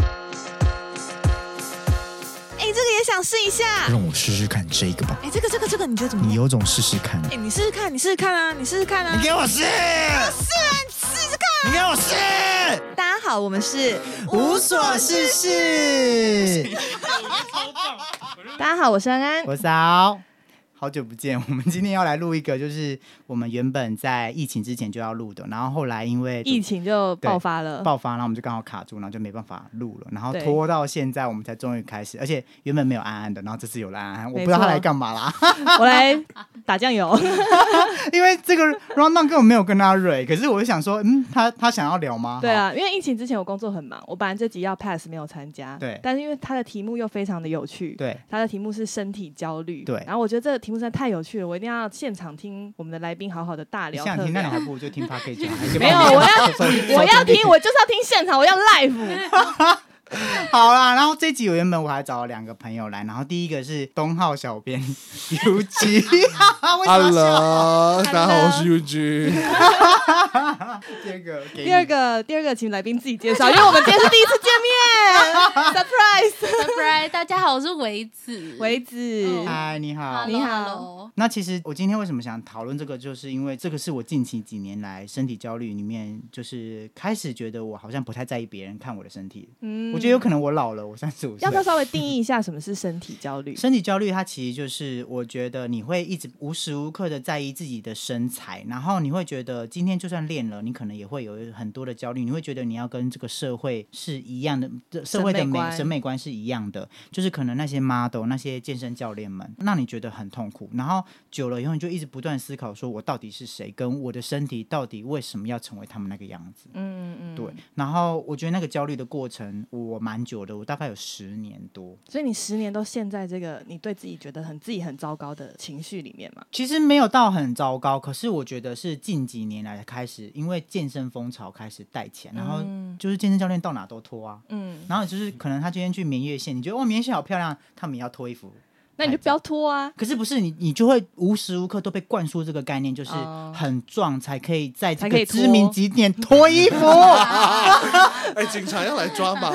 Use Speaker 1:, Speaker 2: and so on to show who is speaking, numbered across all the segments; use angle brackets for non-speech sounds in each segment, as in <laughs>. Speaker 1: 哎想试一下。
Speaker 2: 让我试试看这个吧。
Speaker 1: 哎，这个这个这个，你觉得怎么
Speaker 2: 你
Speaker 1: 样？
Speaker 2: 有种试试看，
Speaker 1: 哎，你试试看，你试试看啊，你试试看啊
Speaker 2: 你，给我试，
Speaker 1: 试啊，你试试看。
Speaker 2: 你给我试，
Speaker 1: 大家好，我们是
Speaker 2: 无所事事。
Speaker 1: 大家好，我是安安。
Speaker 2: <laughs> 我嫂，好久不见。我们今天要来录一个，就是我们原本在疫情之前就要录的，然后后来因为
Speaker 1: 疫情就爆发了， <laughs>
Speaker 2: 爆发，然后我们就刚好卡住，然后就没办法录了，然后
Speaker 1: 对
Speaker 2: 拖到现在我们才终于开始，而且原本没有安安的，然后这次有了安安，我不
Speaker 1: <laughs> 没
Speaker 2: 知道他
Speaker 1: 错
Speaker 2: 来干嘛啦，
Speaker 1: 我来打酱油。
Speaker 2: <laughs> 因为这个 round down 根本没有跟他蕊，可是我就想说，嗯，他他想要聊吗？
Speaker 1: 对
Speaker 2: 好，
Speaker 1: 啊，因为疫情之前我工作很忙，我本来这集要 pass 没有参加，
Speaker 2: 对
Speaker 1: 但是因为它的题目又非常的有趣，
Speaker 2: 对
Speaker 1: 它的题目是身体焦虑，
Speaker 2: 对
Speaker 1: 然后我觉得这个题目实在太有趣了，我一定要现场听我们的来宾好好的大
Speaker 2: 你
Speaker 1: 聊
Speaker 2: 想
Speaker 1: 特
Speaker 2: 听，那你
Speaker 1: 聊。 <laughs>
Speaker 2: 还不如就听 p o d c a s
Speaker 1: 没有，我要
Speaker 2: <laughs> 要
Speaker 1: 我要听，我就是要听现场，我要 live。
Speaker 2: <laughs> 好啦，然后这集我原本我还找了两个朋友来，然后第一个是东浩
Speaker 1: <laughs>
Speaker 2: 小编尤吉， <laughs> 为什么要笑？
Speaker 3: Hello，大家好，我是 U G。
Speaker 2: <laughs> 第二个，给你
Speaker 1: 第二，个第二个，请来宾自己介绍，因为我们今天是第一次见面，surprise。 <laughs>
Speaker 4: Surprise！大家好，我是维子。
Speaker 1: 维子，
Speaker 2: 嗨，你好
Speaker 4: Hello，。
Speaker 1: 你好
Speaker 4: Hello
Speaker 2: 那其实我今天为什么想讨论这个，就是因为这个是我近期几年来身体焦虑里面，就是开始觉得我好像不太在意别人看我的身体。
Speaker 1: 嗯
Speaker 2: 我觉得有可能我老了，我三十五岁
Speaker 1: 要不。要稍微定义一下什么是身体焦虑？
Speaker 2: 身体焦虑，它其实就是我觉得你会一直无时无刻的在意自己的身材，然后你会觉得今天就算练了，你可能也会有很多的焦虑，你会觉得你要跟这个社会是一样的，这社会的
Speaker 1: 审美
Speaker 2: 美
Speaker 1: 观
Speaker 2: 审美观是一样的，就是可能那些 model、那些健身教练们让你觉得很痛苦，然后久了以后你就一直不断思考，说我到底是谁，跟我的身体到底为什么要成为他们那个样子。
Speaker 1: 嗯嗯，
Speaker 2: 对，然后我觉得那个焦虑的过程我蛮久的，我大概有十年多。
Speaker 1: 所以你十年都陷在这个你对自己觉得很自己很糟糕的情绪里面嘛？
Speaker 2: 其实没有到很糟糕，可是我觉得是近几年来开始，因为健身风潮开始带起来，然后
Speaker 1: 嗯
Speaker 2: 就是健身教练到哪都脱啊。
Speaker 1: 嗯，
Speaker 2: 然后就是可能他今天去棉月线，你觉得哇棉月线好漂亮，他们也要脱衣服。
Speaker 1: 那你就不要拖啊。
Speaker 2: 可是不是你，你就会无时无刻都被灌输这个概念，就是
Speaker 1: 哦
Speaker 2: 很壮才可以在这
Speaker 1: 才可以
Speaker 2: 个
Speaker 1: 脱
Speaker 2: 知名
Speaker 1: <laughs>
Speaker 2: 景点脱衣服。
Speaker 3: 哎，警察要来抓吗？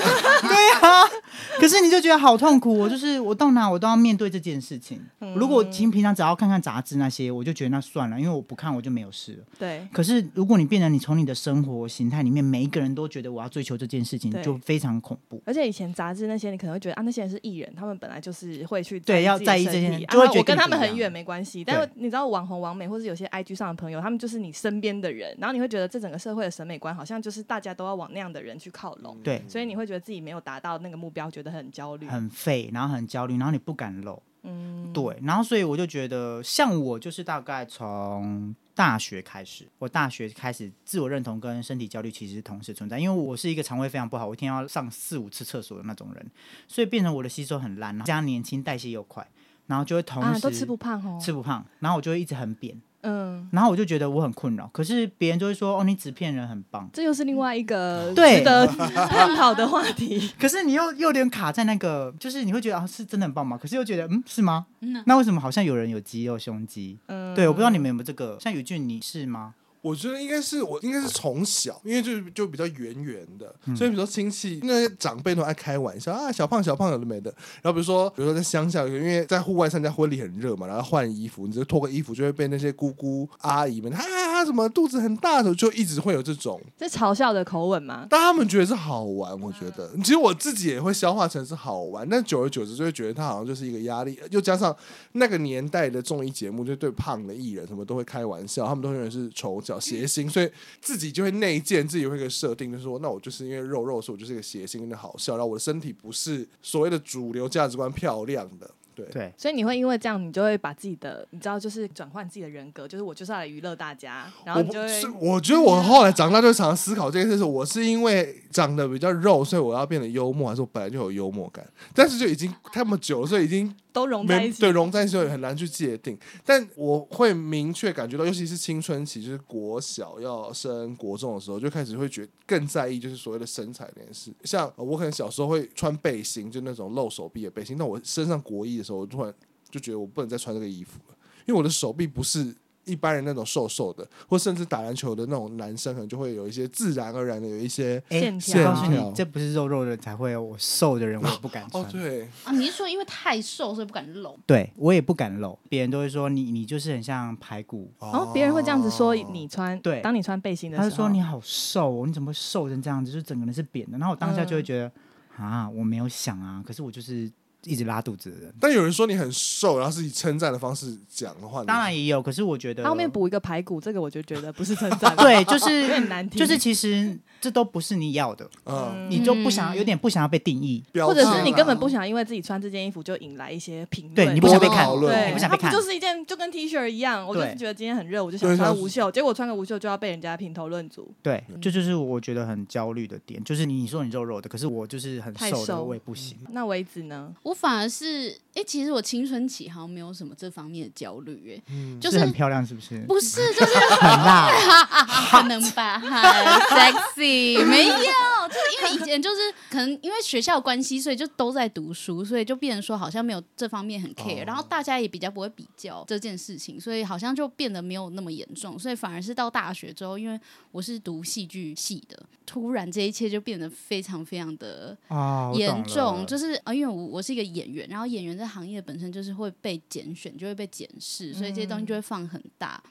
Speaker 2: 可是你就觉得好痛苦，我就是我到哪我都要面对这件事情。
Speaker 1: 嗯
Speaker 2: 如果其实平常只要看看杂志那些，我就觉得那算了，因为我不看我就没有事了。
Speaker 1: 对，
Speaker 2: 可是，如果你变成你从你的生活形态里面，每一个人都觉得我要追求这件事情
Speaker 1: 对，
Speaker 2: 就非常恐怖。
Speaker 1: 而且以前杂志那些，你可能会觉得啊，那些人是艺人，他们本来就是会去
Speaker 2: 对要在意
Speaker 1: 自己的身体
Speaker 2: 这些人就会
Speaker 1: 啊
Speaker 2: 觉得
Speaker 1: 我跟
Speaker 2: 你
Speaker 1: 他
Speaker 2: 不
Speaker 1: 们
Speaker 2: 一样
Speaker 1: 很远没关系。但是你知道网红、网美或是有些 IG 上的朋友，他们就是你身边的人，然后你会觉得这整个社会的审美观好像就是大家都要往那样的人去靠拢，
Speaker 2: 对，
Speaker 1: 所以你会觉得自己没有达到那个目标，觉得很焦虑。
Speaker 2: 嗯很废，然后很焦虑，然后你不敢露。
Speaker 1: 嗯，
Speaker 2: 对，然后所以我就觉得，像我就是大概从大学开始，我大学开始自我认同跟身体焦虑其实是同时存在，因为我是一个肠胃非常不好，我一天要上四五次厕所的那种人，所以变成我的吸收很烂，然后加上年轻代谢又快，然后就会同时、
Speaker 1: 啊，都吃不胖哦。
Speaker 2: 吃不胖，然后我就会一直很扁，
Speaker 1: 嗯，
Speaker 2: 然后我就觉得我很困扰，可是别人就会说哦，你纸片人很棒。
Speaker 1: 这又是另外一个
Speaker 2: 嗯对
Speaker 1: 值
Speaker 2: <laughs>
Speaker 1: 得探讨的话题。
Speaker 2: 可是你又又有点卡在那个，就是你会觉得啊，是真的很棒吗？可是又觉得嗯，是吗？那为什么好像有人有肌肉胸肌？
Speaker 1: 嗯，
Speaker 2: 对，我不知道你们有没有这个，像宇俊你是吗？
Speaker 3: 我觉得应该是我应该是从小，因为就是就比较圆圆的，所以比如说亲戚那些长辈都爱开玩笑啊，小胖小胖有的没的。然后比如说比如说在乡下，因为在户外参加婚礼很热嘛，然后换衣服，你就脱个衣服就会被那些姑姑阿姨们啊啊什么肚子很大的，就一直会有这种
Speaker 1: 这嘲笑的口吻吗？
Speaker 3: 但他们觉得是好玩，我觉得，其实我自己也会消化成是好玩，但久而久之就会觉得它好像就是一个压力，又加上那个年代的综艺节目，就对胖的艺人什么都会开玩笑，他们都永远是丑角谐星，所以自己就会内建自己会有一个设定，就是说，那我就是因为肉肉，所以我就是一个谐星，那好笑，然后我的身体不是所谓的主流价值观漂亮的，对，
Speaker 2: 对，
Speaker 1: 所以你会因为这样，你就会把自己的，你知道，就是转换自己的人格，就是我就是要来娱乐大家，然后
Speaker 3: 我
Speaker 1: 你
Speaker 3: 不
Speaker 1: 就会嗯
Speaker 3: 是，我觉得我后来长大就常常思考这件事：，我是因为长得比较肉，所以我要变得幽默，还是我本来就有幽默感？但是就已经太么久了，所以已经
Speaker 1: 都融在
Speaker 3: 没
Speaker 1: 一起
Speaker 3: 对。融在一起，很难去界定。但我会明确感觉到，尤其是青春期，就是国小要升国中的时候，就开始会觉更在意，就是所谓的身材这件事。像呃我可能小时候会穿背心，就那种露手臂的背心，但我身上国一的时候，我突然就觉得我不能再穿这个衣服了，因为我的手臂不是一般人那种瘦瘦的，或甚至打篮球的那种男生，可能就会有一些自然而然的有一些
Speaker 2: 哎
Speaker 1: 线
Speaker 3: 线
Speaker 1: 条
Speaker 2: 告诉
Speaker 3: 条
Speaker 2: 你，这不是肉肉的人才会有，我瘦的人我也不敢穿。
Speaker 3: 哦，对，
Speaker 4: 啊，你是说因为太瘦所以不敢露？
Speaker 2: 对我也不敢露，别人都会说你你就是很像排骨。
Speaker 1: 然后哦别人会这样子说你穿，
Speaker 2: 哦对
Speaker 1: 当你穿背心的时
Speaker 2: 他
Speaker 1: 候，
Speaker 2: 就说你好瘦、哦，你怎么会瘦成这样子？就整个人是扁的。然后我当下就会觉得、啊，我没有想啊，可是我就是一直拉肚子的人。
Speaker 3: 但有人说你很瘦，然后是以称赞的方式讲的话，你
Speaker 2: 当然也有，可是我觉得，
Speaker 1: 他后面补一个排骨，这个我就觉得不是称赞
Speaker 2: <laughs> 对，就
Speaker 1: <laughs> 有
Speaker 2: 是
Speaker 1: 点难听，
Speaker 2: 就是其实这都不是你要的，
Speaker 3: 嗯，
Speaker 2: 你就不想有点不想要被定义。
Speaker 3: 标
Speaker 1: 或者
Speaker 3: 签
Speaker 1: 是你
Speaker 3: 啦
Speaker 1: 根本不想因为自己穿这件衣服就引来一些评论，
Speaker 2: 啊对你不想被
Speaker 3: 多
Speaker 2: 看，
Speaker 3: 讨
Speaker 1: 嗯
Speaker 3: 论
Speaker 1: 对，
Speaker 2: 你不想
Speaker 1: 它
Speaker 2: 被
Speaker 1: 不
Speaker 2: 看，
Speaker 1: 就是一件就跟 T 恤一样，我就是
Speaker 2: 对
Speaker 1: 觉得今天很热，我就
Speaker 3: 对
Speaker 1: 想穿
Speaker 3: 像是
Speaker 1: 无袖，结果穿个无袖就要被人家评头论足，
Speaker 2: 对，这就是我觉得很焦虑的点，就是你说你肉肉的，可是我就是很
Speaker 1: 太
Speaker 2: 瘦的，
Speaker 1: 瘦嗯
Speaker 2: 我也不行。
Speaker 1: 那为止呢？
Speaker 2: 啊
Speaker 4: 我反而是，哎、其实我青春期好像没有什么这方面的焦虑，哎、
Speaker 3: 嗯
Speaker 4: 就是
Speaker 2: 很漂亮，是不是？
Speaker 4: 不
Speaker 2: <laughs>
Speaker 4: 是就是
Speaker 2: 很
Speaker 4: <laughs>
Speaker 2: 辣，
Speaker 4: 可能吧，很
Speaker 2: <laughs>
Speaker 4: sexy，没有，就是因为以前就是可能因为学校关系，所以就都在读书，所以就变成说好像没有这方面很 care，、
Speaker 3: 哦
Speaker 4: 然后大家也比较不会比较这件事情，所以好像就变得没有那么严重，所以反而是到大学之后，因为我是读戏剧系的，突然这一切就变得非常非常的
Speaker 2: 哦，我
Speaker 4: 严
Speaker 2: 懂
Speaker 4: 重，
Speaker 2: 了
Speaker 4: 就是啊，呃因为我我是一个演员，然后演员这行业本身就是会被拣选，就会被检视，所以这些东
Speaker 2: 嗯
Speaker 4: 西就会放很大。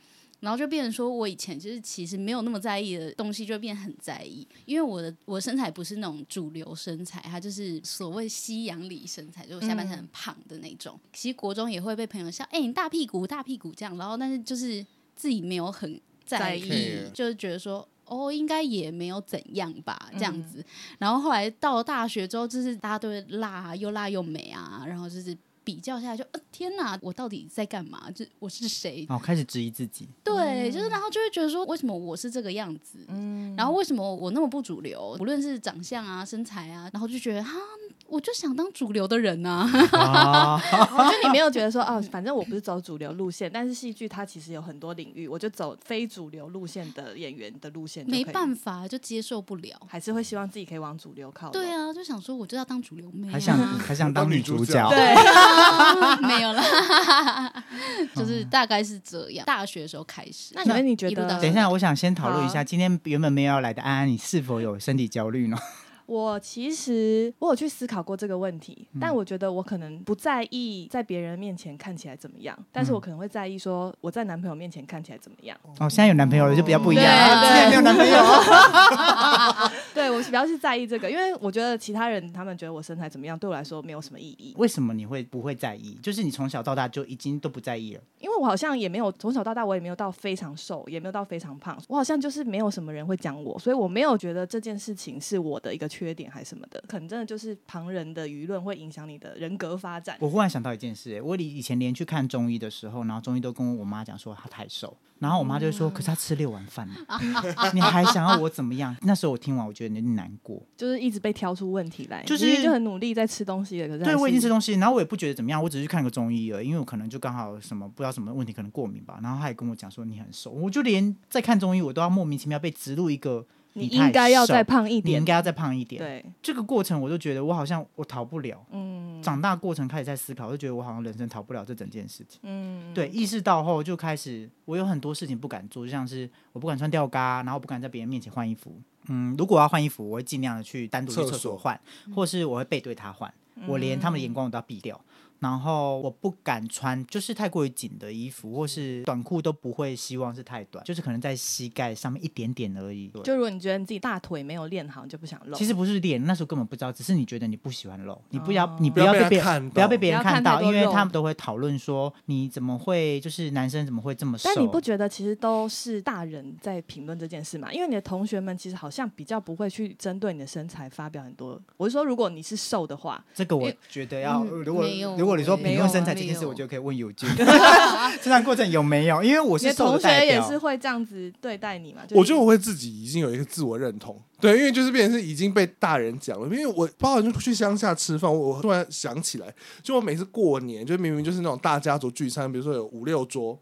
Speaker 4: 然后就变成说，我以前就是其实没有那么在意的东西，就会变很在意，因为我的我身材不是那种主流身材，它就是所谓西洋里身材，就我下半身
Speaker 2: 嗯
Speaker 4: 很胖的那种。其实国中也会被朋友笑，哎、你大屁股大屁股这样，然后但是就是自己没有很在意，
Speaker 1: 在
Speaker 3: 意
Speaker 4: 就是觉得说哦，应该也没有怎样吧，这样
Speaker 2: 嗯
Speaker 4: 子。然后后来到了大学之后，就是大家都会辣啊，又辣又美啊，然后就是比较下来就，呃，天哪，我到底在干嘛？就我是谁？
Speaker 2: 哦，开始质疑
Speaker 1: <laughs>
Speaker 2: 自己，
Speaker 4: 对，就是然后就会觉得说，为什么我是这个样子？
Speaker 1: 嗯
Speaker 4: 然后为什么我那么不主流？无论是长相啊、身材啊，然后就觉得哈。我就想当主流的人啊， <laughs>
Speaker 2: 哦，
Speaker 1: 就你没有觉得说哦，反正我不是走主流路线，但是戏剧它其实有很多领域，我就走非主流路线的演员的路线就可以
Speaker 4: 没
Speaker 1: 了，
Speaker 4: 办法，就接受不了。
Speaker 1: 还是会希望自己可以往主流靠拢。
Speaker 4: 对啊，就想说我就要当主流妹、啊，
Speaker 1: <laughs>
Speaker 2: 还想还想当女主
Speaker 1: 嗯
Speaker 2: 角，
Speaker 1: 对，
Speaker 4: <laughs> 没有啦，
Speaker 1: <laughs>
Speaker 4: 就是大概是这样。大学的时候开
Speaker 1: 嗯
Speaker 4: 始，
Speaker 1: 那你们你觉
Speaker 4: 一路
Speaker 1: 得
Speaker 4: 到
Speaker 2: 等一下，我想先讨论一
Speaker 1: 好
Speaker 2: 下，今天原本没有要来的安安，你是否有身体焦虑呢？
Speaker 1: 我其实我有去思考过这个问题，但我觉得我可能不在意在别人面前看起来怎么样，但是我可能会在意说我在男朋友面前看起来怎么样。
Speaker 2: 哦，现在有男朋友了就比较不一样，
Speaker 1: 对
Speaker 2: 啊
Speaker 1: 对
Speaker 2: 之前没有男朋友，
Speaker 1: 对 <laughs> 我比较是在意这个，因为我觉得其他人他们觉得我身材怎么样，对我来说没有什么意义，
Speaker 2: 为什么你会不会在意？就是你从小到大就已经都不在意了，
Speaker 1: 因为我好像也没有从小到大我也没有到非常瘦，也没有到非常胖，我好像就是没有什么人会讲我，所以我没有觉得这件事情是我的一个缺点还是什么的，可能真的就是旁人的舆论会影响你的人格发展。
Speaker 2: 我忽然想到一件事、欸，我以以前连去看中医的时候，然后中医都跟我妈讲说她太瘦，然后我妈就
Speaker 1: 嗯
Speaker 2: 会说，可是她吃六碗饭呢，你还想要我怎么样？ <laughs> 那时候我听完，我觉得有点难过，
Speaker 1: 就是一直被挑出问题来，
Speaker 2: 就是
Speaker 1: 明明就很努力在吃东西了，可是
Speaker 2: 对
Speaker 1: 还是
Speaker 2: 我已经吃东西，然后我也不觉得怎么样，我只是去看个中医而已，因为我可能就刚好什么不知道什么问题，可能过敏吧，然后她也跟我讲说你很瘦，我就连在看中医，我都要莫名其妙被植入一个
Speaker 1: 你
Speaker 2: 太
Speaker 1: 应该要
Speaker 2: 瘦
Speaker 1: 再胖一
Speaker 2: 你
Speaker 1: 点，
Speaker 2: 应该要再胖一点，
Speaker 1: 对，
Speaker 2: 这个过程，我就觉得我好像我逃不了。嗯，长大过程开始在思考，我就觉得我好像人生逃不了这整件事情。嗯，对，意识到后就开始，我有很多事情不敢做，就像是我不敢穿吊嘎，然后我不敢在别人面前换衣服。嗯，如果我要换衣服，我会尽量的去单独去
Speaker 3: 厕
Speaker 2: 厕
Speaker 3: 所
Speaker 2: 所换，或是我会背对他换，我连
Speaker 1: 嗯
Speaker 2: 他们的眼光我都要避掉。然后我不敢穿，就是太过于紧的衣服，或是短裤都不会希望是太短，就是可能在膝盖上面一点点而已。对
Speaker 1: 就如果你觉得你自己大腿没有练好，你就不想露。
Speaker 2: 其实不是练，那时候根本不知道，只是你觉得你不喜欢露，你不要、
Speaker 1: 哦
Speaker 2: 你
Speaker 3: 不要被
Speaker 2: 被
Speaker 3: 他
Speaker 2: 别人
Speaker 3: 看到
Speaker 2: 不要被别人
Speaker 1: 不要看
Speaker 2: 看到，
Speaker 1: 太多
Speaker 2: 因为
Speaker 1: 肉
Speaker 2: 他们都会讨论说你怎么会就是男生怎么会这么瘦？
Speaker 1: 但你不觉得其实都是大人在评论这件事嘛？因为你的同学们其实好像比较不会去针对你的身材发表很多。我是说，如果你是瘦的话，
Speaker 2: 这个我
Speaker 1: 因
Speaker 2: 觉得要，
Speaker 4: 嗯
Speaker 2: 如果
Speaker 4: 没有
Speaker 2: 如果你说
Speaker 1: 没
Speaker 2: 评
Speaker 1: 有啊
Speaker 2: 论身材这件
Speaker 4: 没
Speaker 2: 事，
Speaker 4: 有
Speaker 2: 我就可以问
Speaker 1: <laughs>
Speaker 2: 友军，这段过程有没有？因为我
Speaker 1: 你
Speaker 2: 是
Speaker 1: 的
Speaker 2: 瘦
Speaker 1: 同
Speaker 2: 的
Speaker 1: 学
Speaker 2: 代
Speaker 1: 也
Speaker 2: 表
Speaker 1: 是会这样子对待你嘛？就
Speaker 3: 我
Speaker 1: 是
Speaker 3: 觉得我会自己已经有一个自我认同，对，因为就是变成是已经被大人讲了，因为我包含就去乡下吃饭，我我突然想起来，就我每次过年，就明明就是那种大家族聚餐，比如说有五六桌，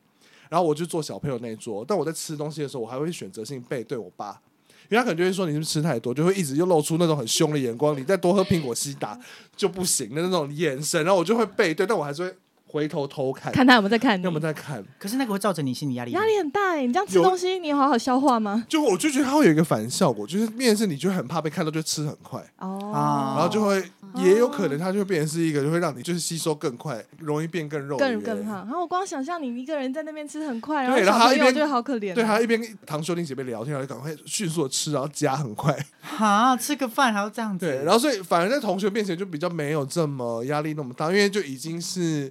Speaker 3: 然后我就坐小朋友那一桌，但我在吃东西的时候，我还会选择性背对我爸。因为他可能就会说你是不是吃太多，就会一直又露出那种很凶的眼光，你再多喝苹果西打就不行的那种眼神，然后我就会背对，但我还是会回头偷看，
Speaker 1: 看他有没有在看你
Speaker 3: 要。么再看。
Speaker 2: 可是那个会造成你心理压力吗
Speaker 1: 压力很大哎、你这样吃
Speaker 3: 有
Speaker 1: 东西，你有好好消化吗？
Speaker 3: 就我就觉得它会有一个反效果，就是面试你就很怕被看到，就吃很快，
Speaker 1: 哦，
Speaker 2: 啊，
Speaker 3: 然后就会也有可能它就会变成是一个就会让你就是吸收更快，容易变更肉的
Speaker 1: 更
Speaker 3: 人
Speaker 1: 更胖。。然后我光想象你一个人在那边吃很快，然
Speaker 3: 对
Speaker 1: 后
Speaker 3: 然
Speaker 1: 小
Speaker 3: 后他
Speaker 1: 朋
Speaker 3: 一
Speaker 1: 友
Speaker 3: 边
Speaker 1: 就会好可怜、
Speaker 3: 对他一边跟堂兄弟姐妹聊天，然后就赶快迅速的吃，然后夹很快。
Speaker 2: 哈，吃个饭还要这样子，
Speaker 3: 对，然后所以反而在同学面前就比较没有这么压力那么大，因为就已经是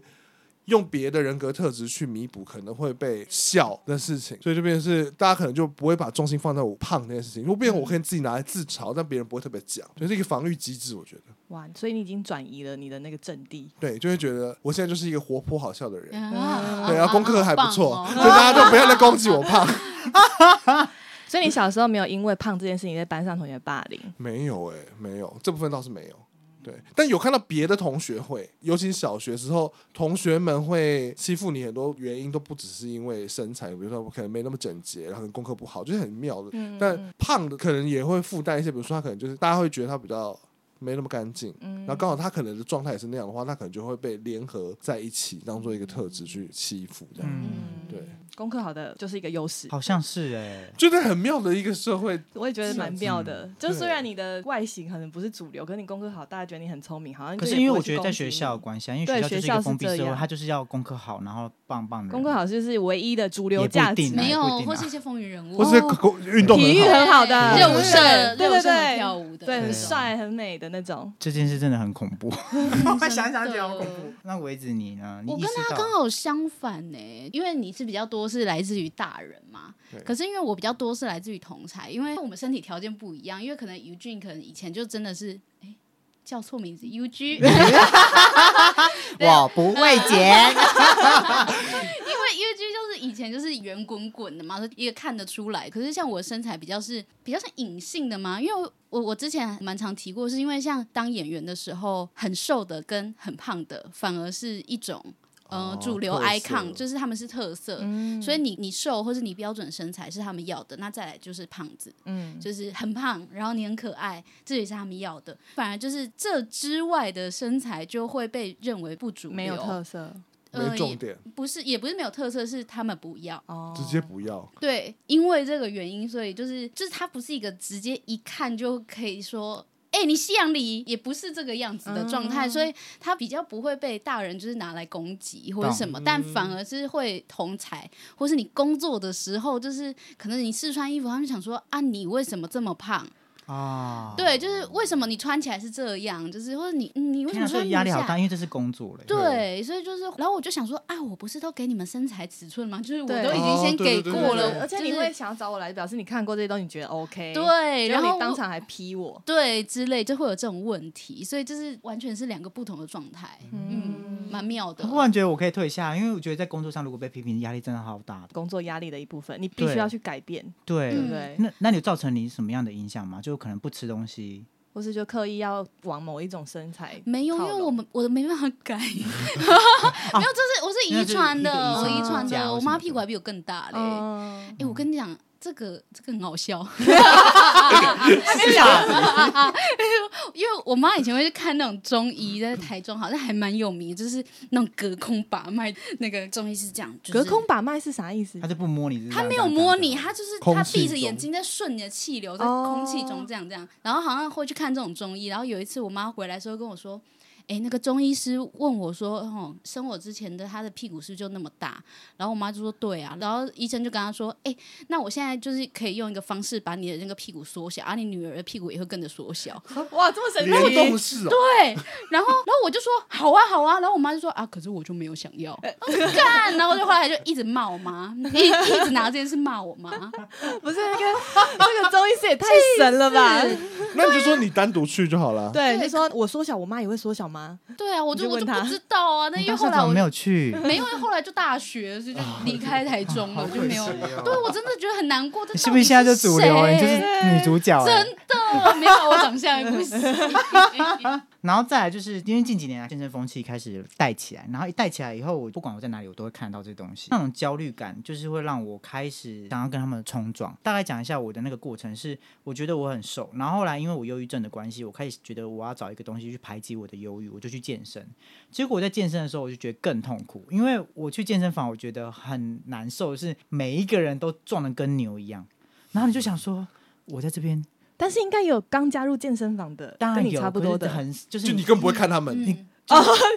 Speaker 3: 用别的人格特质去弥补可能会被笑的事情，所以就变成是大家可能就不会把重心放在我胖这件事情，如果变成我可以自己拿来自嘲，但别人不会特别讲，就是一个防御机制，我觉得。
Speaker 1: 哇，所以你已经转移了你的那个阵地。
Speaker 3: 对，就会觉得我现在就是一个活泼好笑的人，
Speaker 4: 啊
Speaker 3: 对，然后功课还不错，
Speaker 4: 好棒
Speaker 3: 所
Speaker 4: 哦 <laughs>
Speaker 3: 以大家都不要再攻击我胖。
Speaker 1: 所以你小时候没有因为胖这件事情在班上同学霸凌，
Speaker 3: 没有哎、没有，这部分倒是没有。对，但有看到别的同学会，尤其是小学时候，同学们会欺负你，很多原因都不只是因为身材，比如说可能没那么整洁，然后可能功课不好，就是很妙的。
Speaker 1: 嗯
Speaker 3: 但胖的可能也会附带一些，比如说他可能就是大家会觉得他比较没那么干净，
Speaker 4: 嗯
Speaker 3: 然后刚好他可能的状态也是那样的话，他可能就会被联合在一起当做一
Speaker 4: 嗯
Speaker 3: 个特质去欺负，这样、
Speaker 2: 嗯，
Speaker 3: 对，
Speaker 1: 功课好的就是一个优势。
Speaker 2: 好像是哎，
Speaker 3: 就是很妙的一个社会
Speaker 1: 我也觉得蛮妙的，就
Speaker 3: 啊嗯对
Speaker 1: 虽然你的外形可能不是主流，可是你功课好，大家觉得你很聪明，好像
Speaker 2: 可
Speaker 1: 就是也
Speaker 2: 因为
Speaker 1: 不会
Speaker 2: 我
Speaker 1: 去
Speaker 2: 觉得在
Speaker 1: 攻击
Speaker 2: 学
Speaker 1: 你
Speaker 2: 校的关系啊，因为
Speaker 1: 对
Speaker 2: 学校就
Speaker 1: 学
Speaker 2: 是一
Speaker 1: 校
Speaker 2: 个
Speaker 1: 是
Speaker 2: 封闭
Speaker 1: 这
Speaker 2: 社会，
Speaker 1: 样
Speaker 2: 它就是要功课好，然后棒棒的人，
Speaker 1: 功课好就是唯一的主
Speaker 2: 也
Speaker 1: 流
Speaker 2: 不
Speaker 1: 价
Speaker 2: 一
Speaker 1: 值
Speaker 2: 定，啊
Speaker 4: 没
Speaker 2: 哪一部
Speaker 4: 有，
Speaker 2: 电
Speaker 4: 或
Speaker 2: 脑
Speaker 4: 是一些风云人物，哦
Speaker 3: 或是运动很
Speaker 1: 体育
Speaker 3: 好
Speaker 1: 很好的
Speaker 4: 热舞社
Speaker 1: 对，对
Speaker 4: 热舞
Speaker 1: 对
Speaker 4: 社很
Speaker 1: 对，
Speaker 4: 跳舞
Speaker 1: 对，
Speaker 4: 的，
Speaker 2: 对啊
Speaker 1: 很帅很美的那种。
Speaker 2: 这件事真的很恐
Speaker 4: <laughs>
Speaker 2: 怖。
Speaker 4: 真的。
Speaker 2: 想一想觉得好恐怖。那维子你呢？你
Speaker 4: 我
Speaker 2: 意
Speaker 4: 跟
Speaker 2: 识
Speaker 4: 他
Speaker 2: 到
Speaker 4: 刚好相反呢、因为你是比较多是来自于大人嘛
Speaker 3: 对，
Speaker 4: 可是因为我比较多是来自于同才，因为我们身体条件不一样，因为可能 u g 可能以前就真的是哎、叫错名字 u g
Speaker 2: <laughs> 我不会剪，
Speaker 4: 因为 U G 就是以前就是圆滚滚的嘛，所以一个看得出来。可是像我身材比较是比较像隐性的嘛，因为我我我之前蛮常提过，是因为像当演员的时候，很瘦的跟很胖的反而是一种。呃
Speaker 3: 哦，
Speaker 4: 主流
Speaker 3: 特色
Speaker 4: icon 就是他们是特色，
Speaker 1: 嗯
Speaker 4: 所以你你瘦或是你标准身材是他们要的，那再来就是胖子，
Speaker 1: 嗯，
Speaker 4: 就是很胖，然后你很可爱，这也是他们要的。反而就是这之外的身材就会被认为不主流，
Speaker 1: 没有特色
Speaker 4: 呃
Speaker 3: 没重
Speaker 1: 嗯
Speaker 3: 点，
Speaker 4: 不是，也不是没有特色，是他们不要。
Speaker 1: 哦，
Speaker 3: 直接不要。
Speaker 4: 对，因为这个原因，所以就是就是它不是一个直接一看就可以说。哎、你西洋里也不是这个样子的状态，
Speaker 1: 嗯
Speaker 4: 所以它比较不会被大人就是拿来攻击或者
Speaker 2: 懂
Speaker 4: 什么，
Speaker 1: 嗯
Speaker 4: 但反而是会同才，或是你工作的时候，就是可能你试穿衣服，他们想说啊，你为什么这么胖？
Speaker 2: 啊，
Speaker 4: 对，
Speaker 3: 哦
Speaker 4: 就是为什么你穿起来是这样？就是或者你嗯你为什
Speaker 2: 天啊，
Speaker 4: 么
Speaker 2: 所
Speaker 4: 穿
Speaker 2: 以压力
Speaker 4: 不
Speaker 2: 好
Speaker 4: 下
Speaker 2: 大，因为这是工作嘞。
Speaker 4: 对，所以就是，然后我就想说啊，我不是都给你们身材尺寸吗？就是我
Speaker 1: 对
Speaker 4: 都已经
Speaker 3: 哦
Speaker 4: 先
Speaker 3: 对
Speaker 4: 给
Speaker 3: 对
Speaker 4: 过
Speaker 3: 对
Speaker 4: 了，
Speaker 3: 对
Speaker 1: 而且
Speaker 4: 就
Speaker 1: 你
Speaker 4: 是
Speaker 1: 会想要找我来，表示你看过这些东西，你觉得 OK。
Speaker 4: 对，
Speaker 1: 结
Speaker 4: 然
Speaker 1: 果
Speaker 4: 后
Speaker 1: 你当
Speaker 4: 我
Speaker 1: 场还批我，
Speaker 4: 对之类就会有这种问题，所以就是完全是两个不同的状态，嗯，蛮妙的
Speaker 2: 我。忽然觉得我可以退下，因为我觉得在工作上如果被批评，压力真的好大。
Speaker 1: 工作压力的一部分，你必须
Speaker 2: 对
Speaker 1: 要去改变，对
Speaker 2: 对
Speaker 1: 不
Speaker 4: 嗯，
Speaker 1: 对？
Speaker 2: 那那你有造成你什么样的影响吗？就可能不吃东西，
Speaker 1: 或是就刻意要往某一种身材靠拢，
Speaker 4: 没有，因为我们我的没办法改，没有，这是我是
Speaker 2: 因为
Speaker 4: 遗
Speaker 2: 这是
Speaker 4: 传
Speaker 2: 一个
Speaker 4: 的，
Speaker 2: 遗
Speaker 4: 我
Speaker 1: 传
Speaker 4: 遗
Speaker 1: 骨
Speaker 4: 传
Speaker 2: 架
Speaker 4: 的，
Speaker 2: 或
Speaker 4: 我
Speaker 2: 什
Speaker 4: 妈
Speaker 2: 么
Speaker 4: 屁股
Speaker 2: 的
Speaker 4: 还比我更大嘞。
Speaker 1: 嗯，
Speaker 4: 哎，我跟你讲，这个这个很好笑，
Speaker 1: 还没讲，
Speaker 4: 因为我妈以前会去看那种中医，在台中好像还蛮有名，就是那种隔空把脉，那个中医是这样，就是
Speaker 1: 隔空把脉是啥意思
Speaker 2: 他？就不摸你，
Speaker 4: 嗯他没有摸你，他就是
Speaker 3: 空
Speaker 4: 他
Speaker 3: 气
Speaker 4: 闭着眼
Speaker 3: 中
Speaker 4: 睛在顺着气流在
Speaker 1: 哦
Speaker 4: 空气中这样这样，然后好像会去看这种中医。然后有一次我妈回来的时候跟我说：“哎、那个中医师问我说，哦，生我之前的他的屁股是不是就那么大？”然后我妈就说：“对啊。”然后医生就跟她说：“哎、那我现在就是可以用一个方式把你的那个屁股缩小，而、啊、你女儿的屁股也会跟着缩小。”
Speaker 1: 哇，这么神
Speaker 3: 联动
Speaker 1: 奇！
Speaker 3: 式哦，
Speaker 4: 对，然后然后我就说好啊好啊，然后我妈就说啊，可是我就没有想要，然后我就干，然后就后来就一直骂我妈，一一直拿这件事骂我妈，
Speaker 1: 不是那个 <laughs> 这个中医师也太神了吧？
Speaker 3: 那你就说你单独去就好了。
Speaker 1: 对，
Speaker 4: 对
Speaker 1: 就说我缩小，我妈也会缩小吗？
Speaker 4: 对啊，我
Speaker 1: 你
Speaker 4: 就
Speaker 1: 就
Speaker 4: 我
Speaker 1: 问
Speaker 4: 就
Speaker 1: 她
Speaker 4: 不知道啊，那
Speaker 2: 你
Speaker 4: 因
Speaker 2: 当
Speaker 4: 为后
Speaker 2: 时
Speaker 4: 来
Speaker 2: 怎
Speaker 4: 我
Speaker 2: 么没有哦去？
Speaker 4: <laughs> 没有，后来就大学，所以就离开台中了，就没有。对我真的觉得很难过，这
Speaker 2: 哦你是
Speaker 4: 到
Speaker 2: 不是
Speaker 4: 底
Speaker 2: 现在就主流了？你就是
Speaker 4: 谁
Speaker 2: 女主角欸。
Speaker 4: 真的没有我长相也
Speaker 2: <laughs>
Speaker 4: 不行，
Speaker 2: 然后再来就是因为近几年啊来健身风气开始带起来，然后一带起来以后，我不管我在哪里，我都会看到这东西。那种焦虑感就是会让我开始想要跟他们冲撞。大概讲一下我的那个过程是，我觉得我很瘦，然后后来因为我忧郁症的关系，我开始觉得我要找一个东西去排解我的忧郁，余，我就去健身。结果我在健身的时候，我就觉得更痛苦，因为我去健身房，我觉得很难受，是每一个人都壮得跟牛一样，然后你就想说，我在这边
Speaker 1: 但是应该有刚加入健身房的，
Speaker 2: 当
Speaker 1: 跟
Speaker 2: 然
Speaker 1: 你
Speaker 2: 有，
Speaker 1: 差不
Speaker 2: 可是
Speaker 1: 多的，
Speaker 2: 很就是
Speaker 3: 就你更不会看他们，
Speaker 4: 嗯，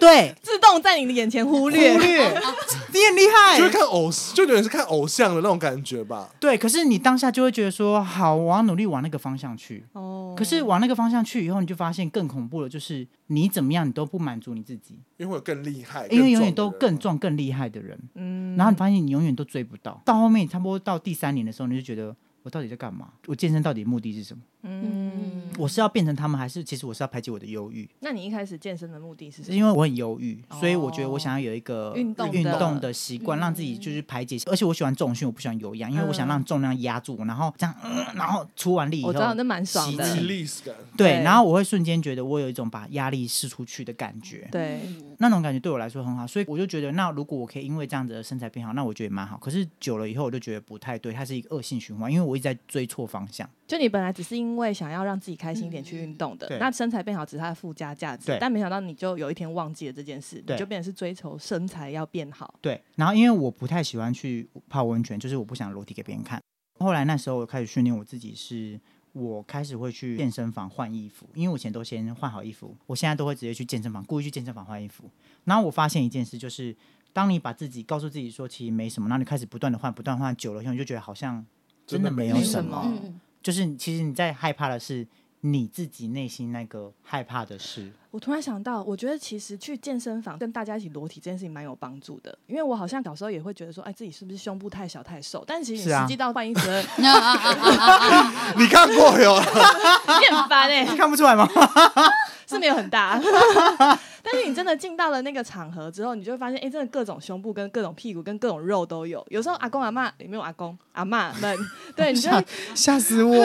Speaker 2: 对
Speaker 1: 自动 <laughs> 在你的眼前忽
Speaker 2: 忽
Speaker 1: 略。
Speaker 2: 略，你很厉害，
Speaker 3: 就会看偶，就有点是看偶像的那种感觉吧。
Speaker 2: 对，可是你当下就会觉得说，好，我要努力往那个方向去。
Speaker 1: 哦
Speaker 2: 可是往那个方向去以后，你就发现更恐怖的就是你怎么样，你都不满足你自己，
Speaker 3: 因为会有更厉害，
Speaker 2: 因为永远
Speaker 3: 更
Speaker 2: 都
Speaker 3: 壮的人
Speaker 2: 更壮、更厉害的人，
Speaker 1: 嗯
Speaker 2: 然后你发现你永远都追不到。到后面差不多到第三年的时候，你就觉得我到底在干嘛？我健身到底目的是什么？
Speaker 1: 嗯，
Speaker 2: 我是要变成他们，还是其实我是要排解我的忧郁？
Speaker 1: 那你一开始健身的目的是什么？
Speaker 2: 因为我很忧郁，所以我觉得
Speaker 1: 哦
Speaker 2: 我想要有一个
Speaker 1: 运动的
Speaker 2: 运动的习惯，
Speaker 4: 嗯
Speaker 2: 让自己就是排解。而且我喜欢重训，我不喜欢有氧，因为我
Speaker 1: 嗯
Speaker 2: 想让重量压住，然后这样，呃然后出完力以后，
Speaker 1: 我知道那蛮爽的
Speaker 2: 习气
Speaker 3: release 感，
Speaker 2: 对，
Speaker 1: 对
Speaker 2: 然后我会瞬间觉得我有一种把压力释出去的感觉，
Speaker 1: 对，
Speaker 2: 那种感觉对我来说很好，所以我就觉得，那如果我可以因为这样子的身材变好，那我觉得也蛮好。可是久了以后，我就觉得不太对，它是一个恶性循环，因为我一直在追错方向。
Speaker 1: 就你本来只是因为想要让自己开心一点去运动的，
Speaker 2: 嗯对
Speaker 1: 那身材变好只是它的附加价值
Speaker 2: 对，
Speaker 1: 但没想到你就有一天忘记了这件事，
Speaker 2: 对
Speaker 1: 你就变成是追求身材要变好。
Speaker 2: 对，然后因为我不太喜欢去泡温泉，就是我不想裸体给别人看。后来那时候我开始训练我自己是。我开始会去健身房换衣服，因为我以前都先换好衣服，我现在都会直接去健身房，故意去健身房换衣服。然后我发现一件事，就是当你把自己告诉自己说其实没什么，然后你开始不断的换，不断地换，久了以后你就觉得好像真的没有
Speaker 1: 没
Speaker 2: 什
Speaker 1: 什
Speaker 2: 么，
Speaker 1: 么
Speaker 4: 嗯，
Speaker 2: 就是你其实你在害怕的是你自己内心那个害怕的事。
Speaker 1: 我突然想到，我觉得其实去健身房跟大家一起裸体这件事情蛮有帮助的，因为我好像小时候也会觉得说，哎，自己是不是胸部太小太瘦？但其实
Speaker 2: 是
Speaker 1: 你
Speaker 2: 啊
Speaker 1: 实际到换衣服
Speaker 2: <laughs>
Speaker 1: 的，
Speaker 4: 啊啊啊啊啊啊
Speaker 3: 你看过有？
Speaker 1: 你很烦哎、
Speaker 2: 看不出来吗？
Speaker 1: 是没有很大， <laughs> 但是你真的进到了那个场合之后，你就会发现，哎、真的各种胸部、跟各种屁股、跟各种肉都有。有时候阿公阿妈也没有阿公阿妈们，对，你就会
Speaker 2: 吓死我！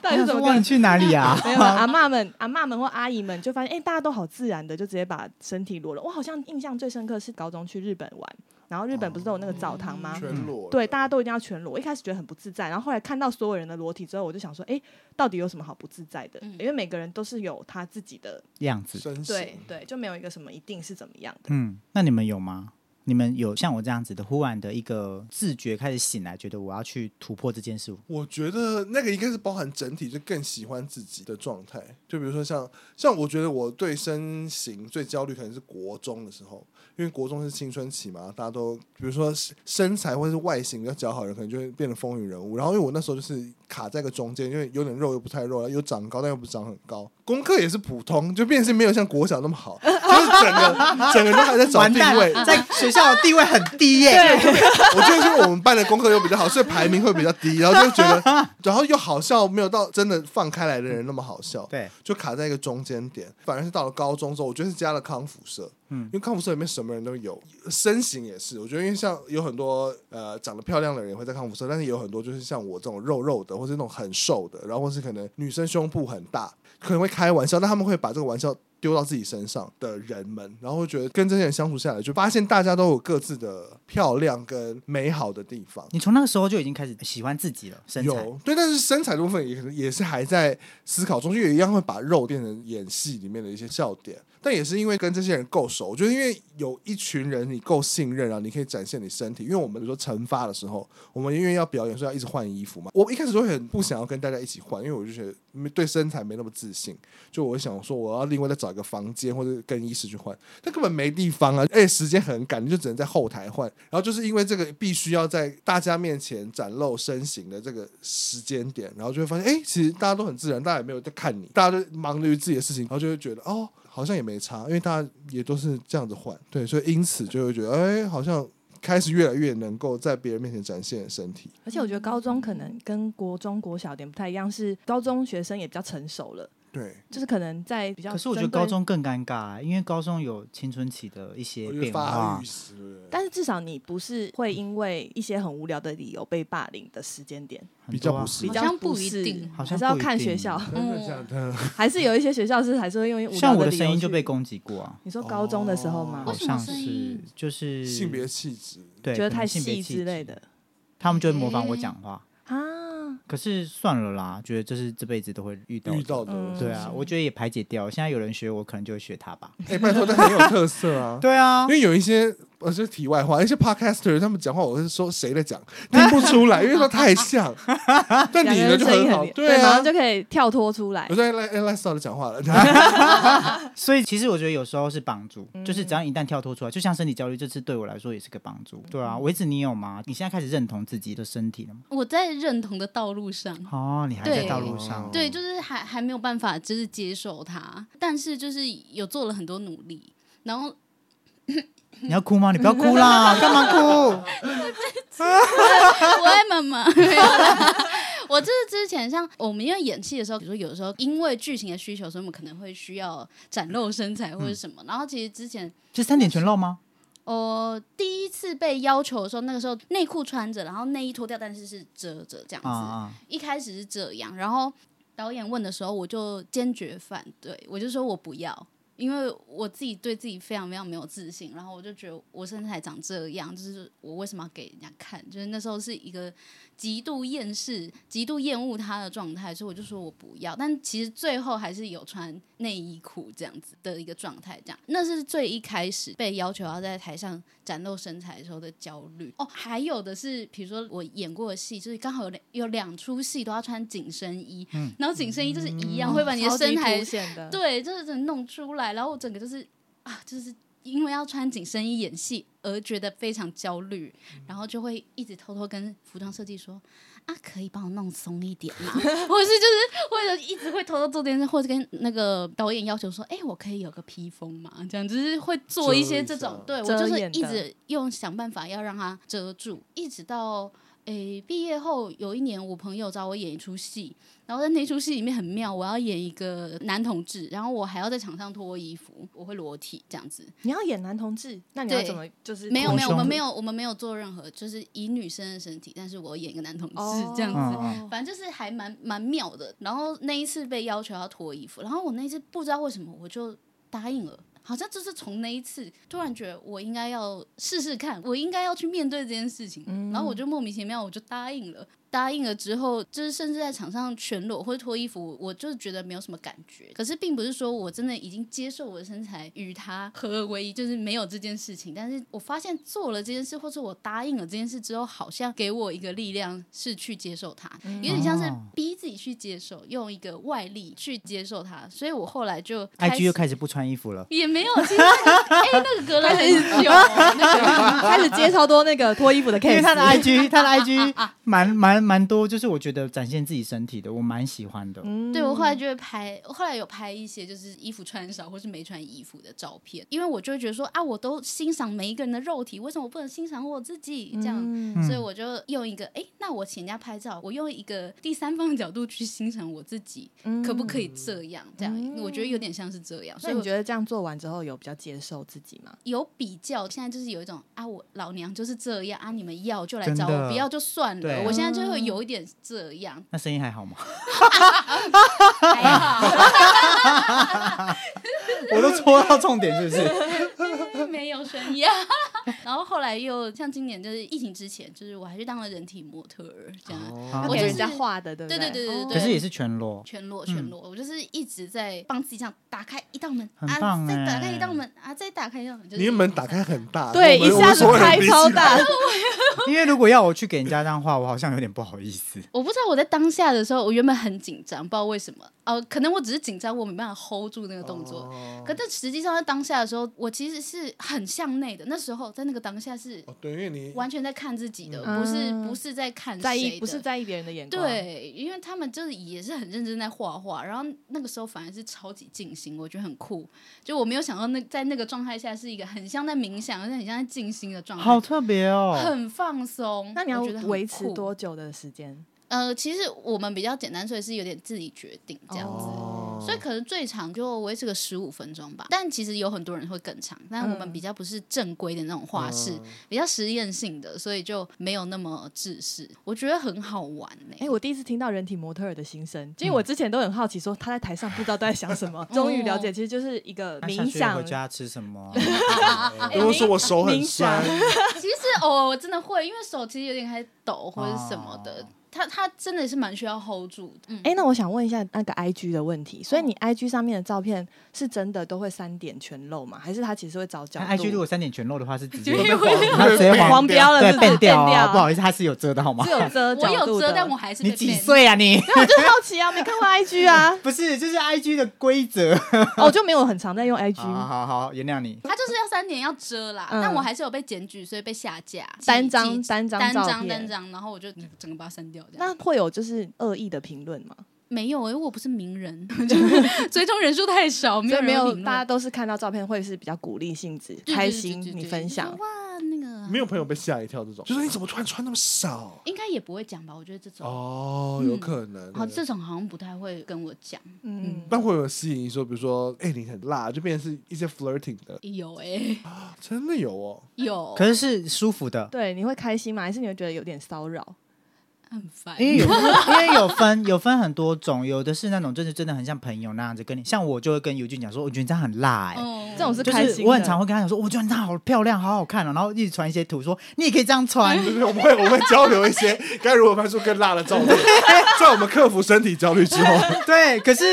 Speaker 1: 到底是怎么
Speaker 2: 我想说哇
Speaker 1: 跟
Speaker 2: 你？去哪里啊？
Speaker 1: 没有没有阿妈们、阿妈们或阿姨们就发现，哎、大家都好自然的，就直接把身体裸了。我好像印象最深刻是高中去日本玩，然后日本不是都有那个澡堂
Speaker 2: 啊
Speaker 1: 吗？
Speaker 3: 全裸，
Speaker 1: 对，大家都一定要全裸。我一开始觉得很不自在，然后后来看到所有人的裸体之后，我就想说，哎、到底有什么好不自在的？
Speaker 4: 嗯
Speaker 1: 因为每个人都是有他自己的
Speaker 2: 样子，
Speaker 3: 身形
Speaker 1: 对对，就没有一个什么一定是怎么样的。
Speaker 2: 嗯，那你们有吗？你们有像我这样子的，忽然的一个自觉开始醒来，觉得我要去突破这件事。
Speaker 3: 我觉得那个应该是包含整体，就更喜欢自己的状态。就比如说像像，我觉得我对身形最焦虑可能是国中的时候，因为国中是青春期嘛，大家都比如说身材或者是外形比较姣好的人，可能就会变得风云人物。然后因为我那时候就是卡在一个中间，因为有点肉又不太肉，又长高但又不长很高，功课也是普通，就变成是没有像国小那么好，就是整个整个都还在找
Speaker 2: 完
Speaker 3: 地
Speaker 2: 蛋
Speaker 3: 位。
Speaker 2: 了，在学校的地位很低耶、
Speaker 3: <laughs> 我觉得是我们班的功课又比较好，所以排名会比较低，然后就觉得，然后又好笑，没有到真的放开来的人那么好笑，
Speaker 2: 对，
Speaker 3: 就卡在一个中间点。反而是到了高中之后，我觉得是加了康复社，嗯，因为康复社里面什么人都有，身形也是。我觉得因为像有很多呃长得漂亮的人也会在康复社，但是也有很多就是像我这种肉肉的，或是那种很瘦的，然后或是可能女生胸部很大，可能会开玩笑，但他们会把这个玩笑丢到自己身上的人们，然后会觉得跟这些人相处下来，就发现大家都有各自的漂亮跟美好的地方。
Speaker 2: 你从那个时候就已经开始喜欢自己了，身材。
Speaker 3: 有对，但是身材的部分也可能也是还在思考中，就也一样会把肉变成演戏里面的一些笑点。但也是因为跟这些人够熟，我觉得因为有一群人你够信任啊，你可以展现你身体。因为我们比如说惩罚的时候，我们因为要表演，所以要一直换衣服嘛。我一开始都会很不想要跟大家一起换，因为我就觉得没对身材没那么自信，就我会想说我要另外再找一个房间或者更衣室去换，但根本没地方啊！哎，时间很赶，你就只能在后台换。然后就是因为这个必须要在大家面前展露身形的这个时间点，然后就会发现，哎，其实大家都很自然，大家也没有在看你，大家都忙于自己的事情，然后就会觉得哦，好像也没差，因为大家也都是这样子换，对，所以因此就会觉得，哎，好像开始越来越能够在别人面前展现身体。
Speaker 1: 而且我觉得高中可能跟国中、国小有点不太一样，是高中学生也比较成熟了，
Speaker 3: 对，
Speaker 1: 就是可能在比较。
Speaker 2: 可是我觉得高，中更尴尬、因为高中有青春期的一些
Speaker 3: 我觉得
Speaker 2: 变
Speaker 3: 发
Speaker 2: 化啊
Speaker 3: 育。是不是
Speaker 1: 但是至少你不是会因为一些很无聊的理由被霸凌的时间点，
Speaker 2: 很
Speaker 3: 比较
Speaker 2: 多啊
Speaker 3: 不是
Speaker 1: 比较
Speaker 4: 好像不
Speaker 1: 是
Speaker 4: 一定
Speaker 2: 好像
Speaker 1: 还是要
Speaker 2: 不一
Speaker 1: 看
Speaker 2: 定
Speaker 1: 学校， <laughs>
Speaker 3: 真的假的？
Speaker 1: 还是有一些学校是还是会用无聊
Speaker 2: 像我的
Speaker 1: 理由
Speaker 2: 声音就
Speaker 1: 去
Speaker 2: 被。攻击过啊，
Speaker 1: 你说高中的时候吗
Speaker 2: 好
Speaker 4: 为？什么
Speaker 2: 像
Speaker 4: 声
Speaker 2: 是
Speaker 4: 音
Speaker 2: 就是
Speaker 3: 性别气质，
Speaker 2: 对，
Speaker 1: 觉得
Speaker 2: 可能
Speaker 1: 太
Speaker 2: 性别
Speaker 1: 细
Speaker 2: 气
Speaker 1: 之类
Speaker 2: 质，
Speaker 1: 的
Speaker 3: 嗯
Speaker 2: 他们就会模仿我讲话。
Speaker 1: 啊？
Speaker 2: 可是算了啦，觉得这是这辈子都会遇到的
Speaker 3: 遇到的。
Speaker 1: 嗯
Speaker 2: 对啊，我觉得也排解掉。现在有人学我，可能就会学他吧。
Speaker 4: 嗯
Speaker 3: 哎、拜托，但很有特色啊。
Speaker 2: 对啊
Speaker 3: 因，为有一些，呃，这是题外话，一些 podcaster 他们讲话，我是说谁在讲，听不出来，因为说
Speaker 1: <laughs>
Speaker 3: 太像。但
Speaker 1: 两
Speaker 3: 你
Speaker 1: 个
Speaker 3: 呢
Speaker 1: 人
Speaker 3: 就
Speaker 1: 声音
Speaker 3: 好，
Speaker 1: 厉
Speaker 3: 对
Speaker 1: 马
Speaker 3: 啊
Speaker 1: 上。就可以跳脱出来
Speaker 3: 我。在 Alex Alex 到底讲话了，
Speaker 2: 所以其实我觉得有时候是帮助，
Speaker 4: 嗯
Speaker 2: 就是只要一旦跳脱出来，就像身体焦虑，这次对我来说也是个帮助。
Speaker 4: 嗯
Speaker 2: 对啊，维子你有吗？你现在开始认同自己的身体了吗？
Speaker 4: 我在认同的道路上，
Speaker 2: 哦，你还在
Speaker 4: 对
Speaker 2: 道路上。
Speaker 4: 对，就是还还没有办法，就是接受它，但是就是有做了很多努力，然后
Speaker 2: 你要哭吗？你不要哭啦，
Speaker 4: <laughs>
Speaker 2: 干嘛哭？
Speaker 4: 我爱妈妈。没有啦 <laughs> 我就是之前像我们因为演戏的时候，比如说有时候因为剧情的需求，所以我们可能会需要展露身材或者什么。然后其实之前
Speaker 2: 是三点全露吗？
Speaker 4: 呃第一次被要求的时候，那个时候内裤穿着，然后内衣脱掉，但是是遮着这样子。
Speaker 2: 啊啊！
Speaker 4: 一开始是这样，然后导演问的时候，我就坚决反对，我就说我不要，因为我自己对自己非常非常没有自信，然后我就觉得我身材长这样，就是我为什么要给人家看？就是那时候是一个极度厌世、极度厌恶他的状态，所以我就说我不要。但其实最后还是有穿内衣裤这样子的一个状态，这样那是最一开始被要求要在台上展露身材的时候的焦虑。哦，还有的是，比如说我演过的戏，就是刚好有两有两出戏都要穿紧身衣，然后紧身衣就是一样、会把你的
Speaker 1: 嗯超级
Speaker 4: 身材
Speaker 1: 凸显的，
Speaker 4: 对，就是整弄出来，然后我整个就是啊，就是因为要穿紧身衣演戏而觉得非常焦虑，然后就会一直偷偷跟服装设计说啊，可以帮我弄松一点吗？或 <laughs> 者是就是或者一直会偷偷做这件事，或者跟那个导演要求说，哎、我可以有个披风嘛？这样就是会做一些这种，
Speaker 3: 遮
Speaker 4: 对
Speaker 1: 下
Speaker 4: 我就
Speaker 1: 遮
Speaker 4: 是
Speaker 1: 掩
Speaker 4: 一
Speaker 1: 的
Speaker 4: 直用想办法要让它遮住，一直到。诶，毕业后有一年，我朋友找我演一出戏，然后在那出戏里面很妙，我要演一个男同志，然后我还要在场上脱衣服，我会裸体这样子。
Speaker 1: 你要演男同志，那你要
Speaker 4: 对
Speaker 1: 怎么就是
Speaker 4: 没有没有，
Speaker 2: 同胸
Speaker 4: 我们没有我们没有做任何，就是以女生的身体，但是我演一个男同志
Speaker 1: 哦
Speaker 4: 这样子。
Speaker 2: 嗯
Speaker 4: 反正就是还蛮蛮妙的。然后那一次被要求要脱衣服，然后我那一次不知道为什么我就答应了。好像就是从那一次，突然觉得我应该要试试看，我应该要去面对这件事情。然后我就莫名其妙我就答应了，答应了之后，就是甚至在场上全裸或者脱衣服，我就是觉得没有什么感觉。可是并不是说我真的已经接受我的身材与它合而为一，就是没有这件事情。但是我发现做了这件事，或者我答应了这件事之后，好像给我一个力量是去接受它，有点像是
Speaker 2: 哦
Speaker 4: 逼自己去接受，用一个外力去接受它。所以我后来就开
Speaker 2: ，IG
Speaker 4: 始
Speaker 2: 又开始不穿衣服了。
Speaker 4: 也没有，其实哎、那个隔了很久，
Speaker 1: 啊开始接超多那个脱衣
Speaker 4: <laughs>
Speaker 1: 服的
Speaker 2: 因为他的
Speaker 1: case，
Speaker 2: IG，他的 IG 蛮蛮蛮多，就是我觉得展现自己身体的，我蛮喜欢的。
Speaker 1: 嗯
Speaker 4: 对我后来就会拍，后来有拍一些就是衣服穿少或是没穿衣服的照片，因为我就会觉得说啊，我都欣赏每一个人的肉体，为什么我不能欣赏我自己？这
Speaker 1: 嗯
Speaker 4: 样，嗯所
Speaker 2: 嗯
Speaker 4: 以我就用一个哎、那我请人家拍照，我用一个第三方的角度去欣赏我自己，
Speaker 1: 嗯
Speaker 4: 可不可以这样？这样，我觉得有点像是这样，所
Speaker 1: 那
Speaker 4: 以
Speaker 1: 你
Speaker 4: 我
Speaker 1: 觉得这样做完之后有比较接受自己吗？
Speaker 4: 有比较，现在就是有一种啊，我老娘就是这样啊，你们要就来
Speaker 2: 真
Speaker 4: 找
Speaker 2: 的
Speaker 4: 我，不要就算了
Speaker 2: 对。
Speaker 4: 我现在就会有一点这样，
Speaker 2: 那声音还好吗？ <laughs>
Speaker 4: 还好
Speaker 2: 我都戳到重点，是不是？
Speaker 4: <laughs> 没有悬崖。然后后来又像今年就是疫情之前，就是我还去当了人体模特儿，这样、
Speaker 1: 要
Speaker 4: 我
Speaker 1: 给
Speaker 4: 就
Speaker 1: 人
Speaker 4: 是
Speaker 1: 家画的，对不
Speaker 4: 对
Speaker 1: 对
Speaker 4: 对对对对
Speaker 2: 可是也是全
Speaker 1: <laughs>
Speaker 2: 裸，
Speaker 4: 全
Speaker 1: 嗯
Speaker 4: 裸全裸，我就是一直在帮自己这样打开一道门
Speaker 2: 很棒
Speaker 4: 啊，再打开
Speaker 2: 欸
Speaker 4: 一道门啊，再打开一道门，就
Speaker 3: <laughs>
Speaker 4: 是
Speaker 3: 你的门打开很大，
Speaker 1: 对，
Speaker 3: 我们
Speaker 1: 一下子
Speaker 3: 我们所有人
Speaker 1: 开
Speaker 3: 都
Speaker 1: 超
Speaker 3: 进来
Speaker 1: 大，
Speaker 2: 因为如果要我去给人家这样画，我好像有点不好意思。
Speaker 4: <laughs> 我不知道我在当下的时候，我原本很紧张，不知道为什么。哦、可能我只是紧张，我没办法 hold 住那个动
Speaker 1: 哦
Speaker 4: 作。
Speaker 3: 哦
Speaker 4: 可但实际上在当下的时候，我其实是很向内的。那时候在那个当下是
Speaker 3: 哦，对，因为你
Speaker 4: 完全在看自己的，
Speaker 1: 嗯
Speaker 4: 不是
Speaker 1: 嗯
Speaker 4: 不是在看
Speaker 1: 在
Speaker 4: 谁
Speaker 1: 意
Speaker 4: 的
Speaker 1: 不是在意别人的眼光，，
Speaker 4: 对，因为他们就是也是很认真在画画，然后那个时候反而是超级静心，我觉得很酷。就我没有想到那在那个状态下是一个很像在冥想，而且很像在静心的状态，
Speaker 2: 好特别哦！
Speaker 4: 很放松。
Speaker 1: 那你要
Speaker 4: 我觉得很
Speaker 1: 维持
Speaker 4: 酷
Speaker 1: 多久的时间？
Speaker 4: 呃，其实我们比较简单，所以是有点自己决定这样子。
Speaker 1: 哦
Speaker 4: 所以可能最长就维持个十五分钟吧，但其实有很多人会更长，但
Speaker 1: 嗯
Speaker 4: 我们比较不是正规的那种画室，
Speaker 3: 嗯
Speaker 4: 比较实验性的，所以就没有那么制式。我觉得很好玩欸呢、
Speaker 1: 哎、我第一次听到人体模特儿的心声，因为我之前都很好奇，说他在台上不知道都在想什么，终于了解，其实就是一个
Speaker 2: 那下
Speaker 1: 冥
Speaker 2: 去
Speaker 1: 想
Speaker 2: 回。家吃
Speaker 1: <laughs>
Speaker 2: 什么？哎
Speaker 3: 如果说我手很
Speaker 1: 冥
Speaker 3: 酸
Speaker 1: 想，
Speaker 4: 其实哦，我真的会，因为手其实有点开始抖或者是什么的，
Speaker 2: 哦
Speaker 4: 他他真的是蛮需要 hold 住的。嗯，
Speaker 1: 哎、那我想问一下那个 I G 的问题，所以你 I G 上面的照片是真的都会三点全露吗？还是它其实会找角
Speaker 2: 那
Speaker 1: 度
Speaker 2: IG 如果三点全露的话是直接
Speaker 1: 就会
Speaker 2: 它直接
Speaker 1: 黄标了
Speaker 2: 对
Speaker 1: 是不是
Speaker 2: 变掉
Speaker 1: 变掉
Speaker 2: 啊，不好意思，它是有遮到吗
Speaker 1: 只？有遮
Speaker 4: 我
Speaker 1: 角
Speaker 4: 有
Speaker 1: 度
Speaker 4: 遮，
Speaker 1: 的
Speaker 4: 但我还是被
Speaker 2: 你几
Speaker 4: ban
Speaker 2: 岁啊你？
Speaker 1: 对啊，我就好奇啊，没看过 I G
Speaker 4: <laughs>
Speaker 1: 啊，
Speaker 2: <laughs> 不是，就是 IG 的规则。
Speaker 1: 哦，我就没有很常在用 I G，
Speaker 2: 好
Speaker 4: 啊
Speaker 2: 好好，原谅你。
Speaker 4: 他就是要三点要遮啦，
Speaker 1: 嗯
Speaker 4: 但我还是有被检举，所以被下架
Speaker 1: 单
Speaker 4: 几
Speaker 1: 张
Speaker 4: 几
Speaker 1: 单张
Speaker 4: 单
Speaker 1: 照
Speaker 4: 张单
Speaker 1: 片。
Speaker 4: 张，然后我就整个把它删掉。这样
Speaker 1: 那会有就是恶意的评论吗？
Speaker 4: 没有，因为我不是名人，
Speaker 1: <laughs>
Speaker 4: 就是追踪人数太少，没
Speaker 1: 所
Speaker 4: 有
Speaker 1: 以没
Speaker 4: 人会
Speaker 1: 有，
Speaker 4: 评论
Speaker 1: 大家都是看到照片会是比较鼓励性质，开心
Speaker 4: 对对对对
Speaker 1: 你
Speaker 4: 对
Speaker 1: 分享
Speaker 4: 就。哇，那个
Speaker 3: 没有朋友被吓一跳这种， <laughs> 就是你怎么突然穿那么少？
Speaker 4: 应该也不会讲吧？我觉得这种
Speaker 3: 哦，有可能。
Speaker 4: 好，这种好像不太会跟我讲。
Speaker 1: 嗯，
Speaker 3: 那会有吸引说，比如说，哎、你很辣，就变成是一些 flirting 的，
Speaker 4: 有哎，
Speaker 3: 真的有哦。
Speaker 4: 有
Speaker 2: 可是是舒服的，
Speaker 1: 对，你会开心吗？还是你会觉得有点骚扰？
Speaker 4: 很烦，
Speaker 2: 因为有因为有分有分很多种，有的是那种真的真的很像朋友那样子跟你，像我就会跟尤俊讲说，我觉得你这样很辣哎、
Speaker 4: 嗯
Speaker 1: 这种是
Speaker 2: 就
Speaker 1: 开心
Speaker 2: 是
Speaker 1: 的
Speaker 2: 我很常会跟他讲说，我觉得你这样好漂亮，好好看哦、然后一直传一些图说你也可以这样穿，哦
Speaker 3: 就是我们会我们会交流一 <laughs> 些该如何拍出更辣的照片， <laughs> 在我们克服身体焦虑之后，
Speaker 2: 对，可是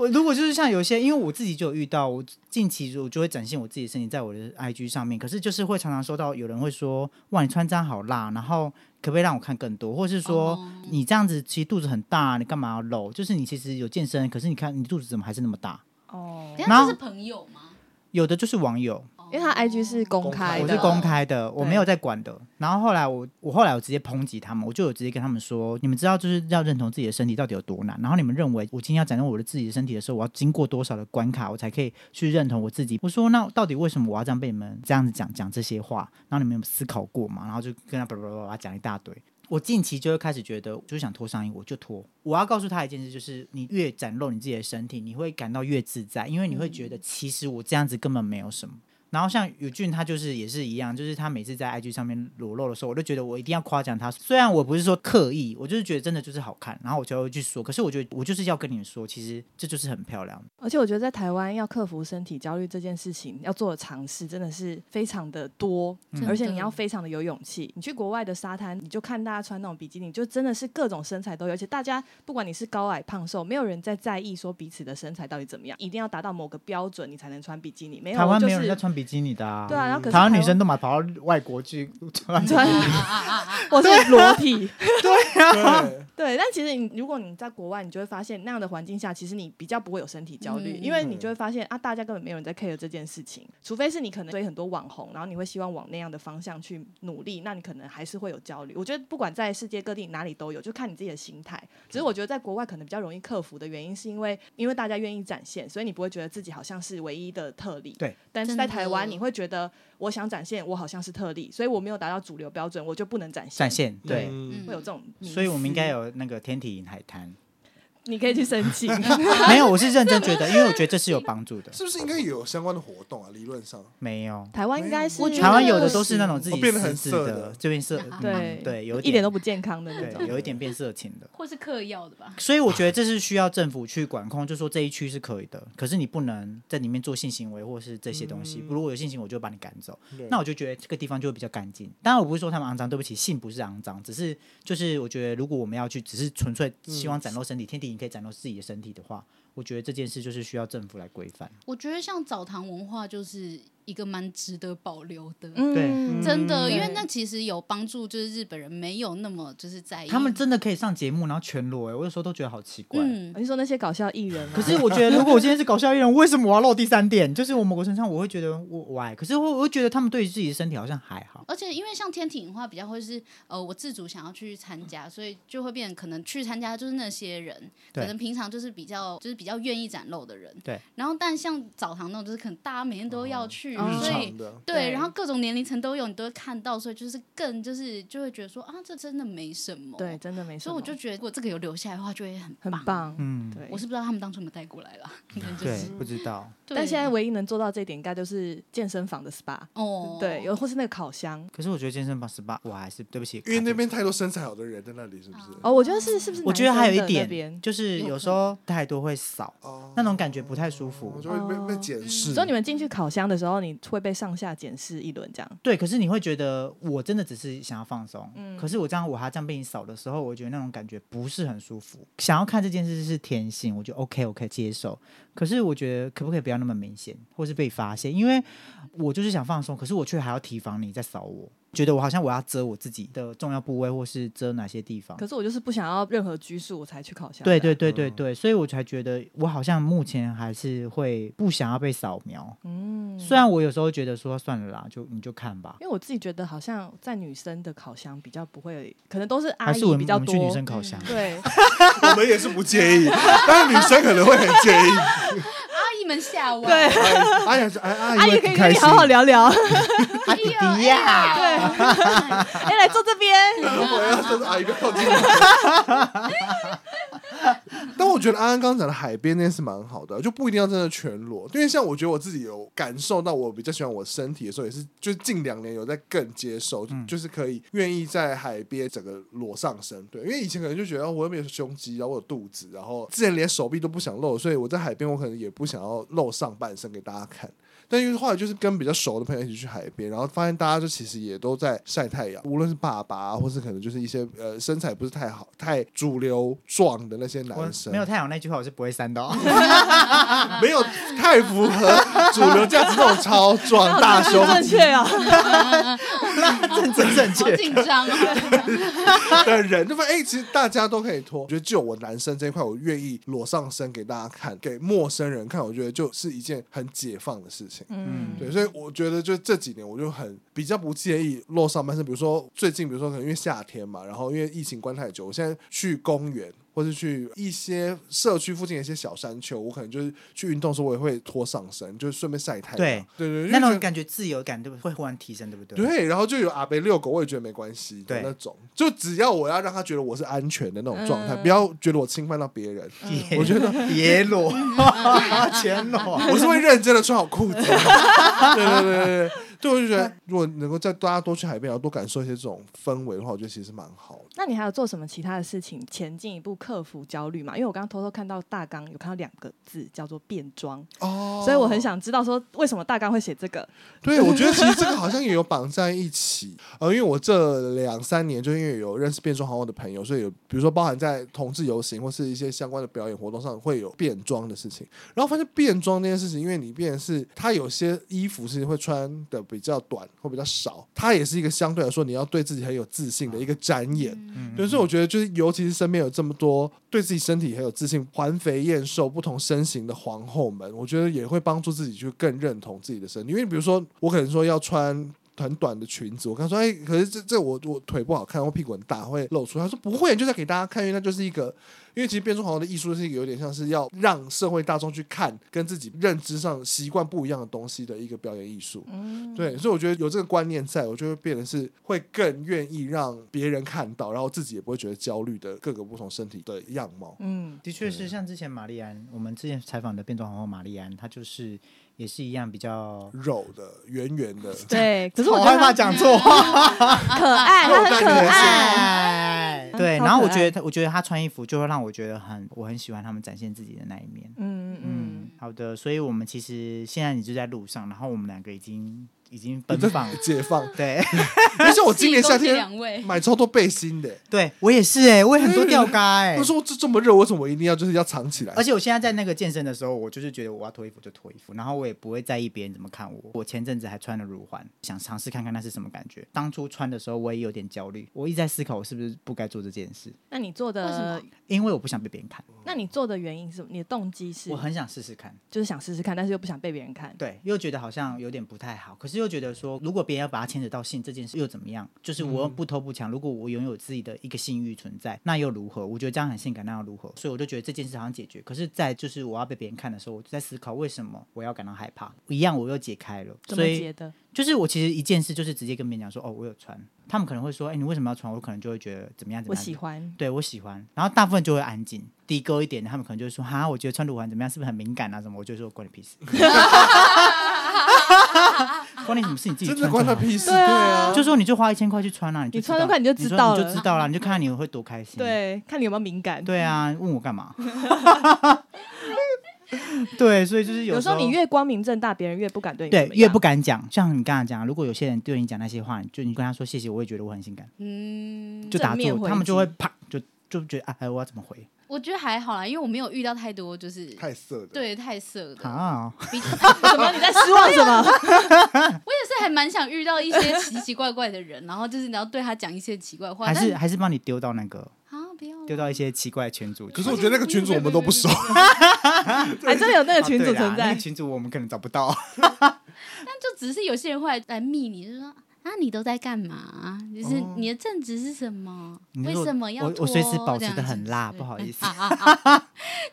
Speaker 2: 我如果就是像有一些，因为我自己就有遇到，我近期我就会展现我自己的身体在我的 IG 上面，可是就是会常常收到有人会说，哇，你穿这样好辣，然后可不可以让我看更多，或是说、
Speaker 4: 哦
Speaker 2: 你这样子其实肚子很大，你干嘛要露？就是你其实有健身，可是你看你肚子怎么还是那么大？
Speaker 1: 哦
Speaker 4: 等一
Speaker 2: 然
Speaker 4: 下
Speaker 2: 后
Speaker 4: 这是朋友吗？哦啊
Speaker 2: 有的就是网友，
Speaker 1: 因为他 IG 是公
Speaker 3: 公
Speaker 1: 开
Speaker 3: 开
Speaker 1: 的，
Speaker 2: 我
Speaker 3: 的
Speaker 2: 是公开的，我没有在管的。然后后来我，我后来我直接抨击他们，我就有直接跟他们说，你们知道就是要认同自己的身体到底有多难。然后你们认为我今天要展现我的自己的身体的时候，我要经过多少的关卡，我才可以去认同我自己？我说那到底为什么我要这样被你们这样子讲讲这些话？然后你们有思考过吗？然后就跟他叭叭叭叭讲一大堆。我近期就会开始觉得，就是想脱上衣我就脱。我要告诉他一件事，就是你越展露你自己的身体，你会感到越自在，因为你会觉得其实我这样子根本没有什么。然后像宇俊他就是也是一样，就是他每次在 IG 上面裸露的时候，我就觉得我一定要夸奖他。虽然我不是说刻意，我就是觉得真的就是好看，然后我就会去说。可是我觉得我就是要跟你们说，其实这就是很漂亮。
Speaker 1: 而且我觉得在台湾要克服身体焦虑这件事情，要做的尝试真的是非常的多，
Speaker 2: 嗯
Speaker 4: 真
Speaker 1: 而且你
Speaker 4: 的
Speaker 1: 要非常的有勇气。你去国外的沙滩，你就看大家穿那种比基尼，就真的是各种身材都有，而且大家不管你是高矮胖瘦，没有人在在意说彼此的身材到底怎么样，一定要达到某个标准你才能穿比基尼。没有，
Speaker 2: 台湾
Speaker 1: 就
Speaker 2: 没有人在
Speaker 1: 是
Speaker 2: 穿比基尼的啊，
Speaker 1: 对啊，然后可是
Speaker 2: 台湾女生都嘛跑到外国去穿。
Speaker 1: 穿
Speaker 4: 啊啊啊啊啊！
Speaker 1: 我是裸 <laughs> 体。
Speaker 3: 对，
Speaker 1: <laughs> 对，但其实你如果你在国外，你就会发现那样的环境下，其实你比较不会有身体焦虑，
Speaker 4: 嗯
Speaker 1: 因为你就会发现啊，大家根本没有人在 care 这件事情，除非是你可能追很多网红，然后你会希望往那样的方向去努力，那你可能还是会有焦虑。我觉得不管在世界各地哪里都有，就看你自己的心态。只是我觉得在国外可能比较容易克服的原因，是因为因为大家愿意展现，所以你不会觉得自己好像是唯一的特例。
Speaker 2: 对，
Speaker 1: 但是
Speaker 4: 真
Speaker 1: 在
Speaker 4: 的
Speaker 1: 台湾，你会觉得我想展现，我好像是特例，所以我没有达到主流标准，我就不能展现。
Speaker 2: 展现对，
Speaker 3: 嗯
Speaker 1: 会有这种迷思，
Speaker 2: 所以我们应该有那个天体营海滩。
Speaker 1: 你可以去申请。
Speaker 2: 没有，我是认真觉得，因为我觉得这是有帮助的。
Speaker 3: 是不是应该有相关的活动啊？理论上，
Speaker 2: 没有，
Speaker 1: 台湾应该是
Speaker 4: 我觉得
Speaker 2: 台湾有的都是那种自己
Speaker 3: 我哦变得很
Speaker 2: 私制
Speaker 3: 色
Speaker 2: 的
Speaker 3: 的，
Speaker 2: 这边色
Speaker 1: 对
Speaker 2: 嗯对，有
Speaker 1: 一点都不健康的那
Speaker 2: 对，
Speaker 1: 种。
Speaker 2: 有一点变色情的。
Speaker 4: <laughs> 或是嗑药的吧？
Speaker 2: 所以我觉得这是需要政府去管控，就说这一区是可以的，可是你不能在里面做性行为或是这些东西。如果有性行为，我就把你赶走。
Speaker 3: 对
Speaker 2: 那我就觉得这个地方就会比较干净。当然，我不是说他们肮脏，对不起，性不是肮脏，只是就是我觉得，如果我们要去，只是纯粹希望展露身体，天地你可以展露自己的身体的话，我觉得这件事就是需要政府来规范。
Speaker 4: 我觉得像澡堂文化就是一个蛮值得保留的。
Speaker 2: 对
Speaker 1: 嗯
Speaker 4: 真的，
Speaker 1: 对
Speaker 4: 因为那其实有帮助，就是日本人没有那么就是在意
Speaker 2: 他们真的可以上节目，然后全裸、欸，我有时候都觉得好奇怪。
Speaker 4: 嗯，
Speaker 1: 哦你说那些搞笑艺人啊，
Speaker 2: 可是我觉得，如果我今天是搞笑艺人，为什么我要露第三点？就是我某个身上，我会觉得我 why？可是我我会觉得他们对于自己的身体好像还好。
Speaker 4: 而且因为像天体文化比较会是呃，我自主想要去参加，所以就会变可能去参加就是那些人，
Speaker 2: 对
Speaker 4: 可能平常就是比较就是比较愿意展露的人。
Speaker 2: 对。
Speaker 4: 然后但像澡堂那种，就是可能大家每天都要去，
Speaker 1: 哦
Speaker 3: 日
Speaker 4: 所以
Speaker 3: 常的，
Speaker 1: 对
Speaker 4: 对，然后各种年龄层都有，你都会看到，所以就是更就是就会觉得说啊，这真的没什么。
Speaker 1: 对，，真的没什
Speaker 4: 所以
Speaker 1: 么，
Speaker 4: 我就觉得如果这个有留下来的话，就会很
Speaker 1: 很
Speaker 4: 棒。
Speaker 3: 哦
Speaker 1: 棒。
Speaker 2: 嗯，
Speaker 1: 对
Speaker 4: 我，是不知道他们当初有没有带过来
Speaker 1: <laughs>
Speaker 4: 啦，可能就
Speaker 2: 对
Speaker 4: 是。，
Speaker 2: 不知道。
Speaker 4: 对
Speaker 1: 但现在唯一能做到这一点，应该就是健身房的 SPA，
Speaker 4: 哦，
Speaker 1: 嗯对，有或是那个烤箱。
Speaker 2: 可是我觉得健身房 SPA 我还是对不起，
Speaker 3: 因为那边太多
Speaker 1: 啊
Speaker 3: 身材好的人在那里，是不是？
Speaker 1: 哦，我觉得是是不是？
Speaker 2: 我觉得还有一
Speaker 1: 那边
Speaker 2: 点，就是有时候太多会扫，
Speaker 3: 哦
Speaker 2: 那种感觉不太舒服
Speaker 3: 我。就会被被
Speaker 1: 哦
Speaker 3: 检
Speaker 1: 你
Speaker 3: 视。
Speaker 1: 说你们进去烤箱的时候，你会被上下检视一轮这样？
Speaker 2: 对，可是你会觉得我真的只是想要放松，
Speaker 1: 嗯
Speaker 2: 可是我这样我还这样被你扫的时候，我觉得那种感觉不是很舒服。想要看这件事是天性，我觉得 OK 我可以接受，可是我觉得可不可以不要那么明显，或是被发现？因为我就是想放松，可是我却还要提防你在扫我，觉得我好像我要遮我自己的重要部位，或是遮哪些地方
Speaker 1: 可。是我就是不想要任何拘束，我才去烤箱的啊。
Speaker 2: 对对对对对，所以我才觉得我好像目前还是会不想要被扫描。
Speaker 1: 嗯，
Speaker 2: 虽然我有时候觉得说算了啦，就你就看吧，
Speaker 1: 因为我自己觉得好像在女生的烤箱比较不会，可能都是阿
Speaker 2: 还是
Speaker 1: 姨
Speaker 2: 我
Speaker 1: 比
Speaker 2: 们
Speaker 1: 较
Speaker 2: 我
Speaker 1: 多。嗯
Speaker 2: 们去女生烤箱。 <laughs>
Speaker 1: 对，
Speaker 3: 我们也是不介意，但是女生可能会很介意。
Speaker 1: <laughs>
Speaker 4: 阿姨们吓我，
Speaker 1: 对
Speaker 3: 哎阿姨是哎阿
Speaker 1: 阿姨
Speaker 3: 姨
Speaker 1: 可以
Speaker 3: 很
Speaker 1: 跟
Speaker 3: 开
Speaker 1: 你
Speaker 3: 心，
Speaker 1: 好好聊聊。
Speaker 4: 哎呦，
Speaker 1: 啊
Speaker 4: 哎呀，
Speaker 1: 哎、来坐这边。
Speaker 3: 我要说是阿姨不要靠近我。但我觉得安安刚刚讲的海边那是蛮好的，就不一定要真的全裸，因为像我觉得我自己有感受到，我比较喜欢我身体的时候，也是就近两年有在更接受，就就是可以愿意在海边整个裸上身，对，因为以前可能就觉得哦我又没有胸肌，然后我有肚子，然后之前连手臂都不想露，所以我在海边我可能也不想要露上半身给大家看。但因为后来就是跟比较熟的朋友一起去海边，然后发现大家就其实也都在晒太阳，无论是爸爸啊，或是可能就是一些呃身材不是太好、太主流壮的那些
Speaker 2: 我
Speaker 3: 男生，
Speaker 2: 没有太阳那句话我是不会删 <laughs> 的、哦。
Speaker 3: 没有太符合主流价值那种超壮大胸 <laughs>
Speaker 1: 正确啊，
Speaker 2: 政治
Speaker 1: <laughs>
Speaker 2: 正
Speaker 4: 好
Speaker 2: 确，
Speaker 4: 紧张哦，
Speaker 3: 的人，就发现哎、其实大家都可以脱。我觉得就我男生这一块，我愿意裸上身给大家看，给陌生人看，我觉得就是一件很解放的事情。
Speaker 1: 嗯，
Speaker 3: 对，所以我觉得就这几年我就很比较不介意露上半身，比如说最近，比如说可能因为夏天嘛，然后因为疫情关太久，我现在去公园或是去一些社区附近的一些小山丘，我可能就是去运动的时候我也会脱上身，就是顺便晒太阳。
Speaker 2: 对
Speaker 3: 对对，
Speaker 2: 那
Speaker 3: 就
Speaker 2: 种
Speaker 3: 觉得
Speaker 2: 感觉自由感，对不对？会忽然提升，对不对？，
Speaker 3: 对，然后就有阿北遛狗，我也觉得没关系的
Speaker 2: 对
Speaker 3: 那种，就只要我要让他觉得我是安全的那种状态，
Speaker 1: 嗯
Speaker 3: 不要觉得我侵犯到别人。
Speaker 2: 我 <laughs> 觉得野裸、
Speaker 1: 嗯
Speaker 2: <laughs> 全裸，
Speaker 3: <laughs> 我是会认真的穿好裤子的。对对对对对，对，我就觉得如果能够在大家多去海边，然后多感受一些这种氛围的话，我觉得其实蛮好的。
Speaker 1: 那你还有做什么其他的事情前进一步克服焦虑吗？因为我刚刚偷偷看到大纲有看到两个字叫做变装，
Speaker 3: 哦
Speaker 1: 所以我很，想知道说为什么大纲会写这个。
Speaker 3: 对我觉得其实这个好像也有绑在一起。呃，因为我这两三年就因为有认识变装皇后的朋友，所以有比如说包含在同志游行或是一些相关的表演活动上会有变装的事情。然后发现变装这件事情，因为你变成是它有些衣服是会穿的比较短或比较少，它也是一个相对来说你要对自己很有自信的一个展演。对，所以我觉得就是，尤其是身边有这么多对自己身体很有自信、环肥燕瘦、不同身形的皇后们，我觉得也会帮助自己去更认同自己的身体。因为比如说，我可能说要穿。很短的裙子，我刚说，哎、可是这这我我腿不好看，我屁股很大会露出。他说不会，就是要给大家看，因为那就是一个，因为其实变装皇后的艺术是一个有点像是要让社会大众去看跟自己认知上习惯不一样的东西的一个表演艺术。
Speaker 1: 嗯，
Speaker 3: 对，所以我觉得有这个观念在，我就会变得是会更愿意让别人看到，然后自己也不会觉得焦虑的各个不同身体的样貌。
Speaker 1: 嗯，
Speaker 2: 的确是像之前玛丽安，我们之前采访的变装皇后玛丽安，她就是也是一样比较。
Speaker 3: 肉的圆圆的，
Speaker 2: <laughs>
Speaker 1: 对。可是我
Speaker 2: 好
Speaker 1: 觉
Speaker 2: 害
Speaker 1: 得
Speaker 2: 怕
Speaker 1: 他
Speaker 2: 讲错话。
Speaker 1: 可
Speaker 2: 哦
Speaker 1: 爱，
Speaker 3: 肉
Speaker 1: 哎他很
Speaker 3: 蛋
Speaker 1: 可
Speaker 3: 可。
Speaker 1: 爱。
Speaker 2: 哎对，
Speaker 1: 超可爱
Speaker 2: 然后我觉得她，我觉得她穿衣服就会让我觉得很，我很喜欢他们展现自己的那一面。
Speaker 1: 嗯嗯
Speaker 2: 嗯，好的，所以我们其实现在你就在路上，然后我们两个已经已经奔放了
Speaker 3: 解放。
Speaker 2: 对， <laughs>
Speaker 3: 而且我今年夏
Speaker 4: 恭喜
Speaker 3: 天
Speaker 4: 两位，
Speaker 3: 买超多背心的，
Speaker 2: 对我也是哎、我也很多吊嘎哎、
Speaker 3: 他说这这么热，为什么我一定要就是要藏起来
Speaker 2: 而？且我现在在那个健身的时候，我就是觉得我要脱衣服就脱衣服，然后我也不会在意别人怎么看我。我前阵子还穿了乳环，想尝试看看那是什么感觉。当初穿的时候我也有点焦虑，我一直在思考我是不是不该做这件事，
Speaker 1: 那你做
Speaker 4: 为什
Speaker 1: 的
Speaker 4: 么，
Speaker 2: 因为我不想被别人看，
Speaker 1: 那你做的原因是什么？你的动机是
Speaker 2: 我很想试试看。
Speaker 1: 就是想试试看，但是又不想被别人看。
Speaker 2: 对，又觉得好像有点不太好，可是又觉得说，如果别人要把它牵扯到性这件事又怎么样？就是
Speaker 1: 嗯
Speaker 2: 我又不偷不抢，如果我拥有自己的一个性欲存在，那又如何？我觉得这样很性感，那又如何？所以我就觉得这件事好像解决。可是，在就是我要被别人看的时候，我就在思考为什么我要感到害怕。一样，我又解开了，
Speaker 1: 怎么
Speaker 2: 所以
Speaker 1: 觉得？
Speaker 2: 就是我其实一件事就是直接跟别人讲说，哦，我有穿。他们可能会说，哎、你为什么要穿？我可能就会觉得怎么样怎
Speaker 1: 我
Speaker 2: 么样。
Speaker 1: 喜欢。
Speaker 2: 对我喜欢，然后大部分就会安静，低沟一点，他们可能就会说哈，我觉得穿乳环怎么样，是不是很敏感啊什么？我就说关你屁事，关你什么事？你自己
Speaker 3: 真
Speaker 2: 穿
Speaker 3: 的关
Speaker 2: 就
Speaker 3: 他
Speaker 2: 好
Speaker 3: 屁事，对啊，
Speaker 2: 就说你就花一千块去穿啊，你就
Speaker 1: 你穿
Speaker 2: 知
Speaker 1: 得
Speaker 2: 道
Speaker 1: 快你就知
Speaker 2: 说
Speaker 1: 道
Speaker 2: 你就
Speaker 1: 了
Speaker 2: 知道了，你就看看你会多开心。
Speaker 1: 对，看你有没有敏感。
Speaker 2: 对啊，问我干嘛？ <laughs> 对，所以就是
Speaker 1: 有
Speaker 2: 时
Speaker 1: 时
Speaker 2: 候
Speaker 1: 候你越光明正大，别人越不敢对你
Speaker 2: 对
Speaker 1: 怎么
Speaker 2: 越
Speaker 1: 样
Speaker 2: 不敢讲，像你刚才讲，如果有些人对你讲那些话，你就你跟他说谢谢，我也觉得我很性感，
Speaker 4: 嗯，
Speaker 2: 就打
Speaker 1: 正面
Speaker 2: 住，
Speaker 1: 回
Speaker 2: 他们就会
Speaker 1: 击
Speaker 2: 啪就就觉得啊，哎我要怎么回
Speaker 4: 我觉得还好啦，因为我没有遇到太多就是
Speaker 3: 太色的。，
Speaker 4: 对太色的，
Speaker 2: 啊？
Speaker 4: 比
Speaker 3: <laughs>
Speaker 1: 什么？你在失望什么？
Speaker 4: 我也是还蛮想遇到一些奇奇怪怪的人，然后就是你要对他讲一些奇怪话，
Speaker 2: 还
Speaker 4: 但
Speaker 2: 是还是帮你丢到那个
Speaker 4: 啊不要啦
Speaker 2: 丢到一些奇怪的群组去？
Speaker 3: 可是我觉得那个群主我们都不熟，
Speaker 1: 还真的有那
Speaker 4: <laughs>
Speaker 1: 个群
Speaker 2: 啊
Speaker 1: 主
Speaker 2: <laughs> 对啦
Speaker 1: 存
Speaker 2: 那
Speaker 1: 在
Speaker 2: 个。群主我们可能找不到。
Speaker 4: 就只是有些人会来来密你，就说啊，你都在干嘛？就是
Speaker 2: 哦
Speaker 4: 你的正职是什么？
Speaker 2: 你
Speaker 4: 为
Speaker 2: 说
Speaker 4: 什么要
Speaker 2: 我
Speaker 4: 脱
Speaker 2: 我随时保持
Speaker 4: 这样
Speaker 2: 的很
Speaker 4: 子
Speaker 2: 辣，
Speaker 4: 对
Speaker 2: 不好意思
Speaker 4: 啊。啊啊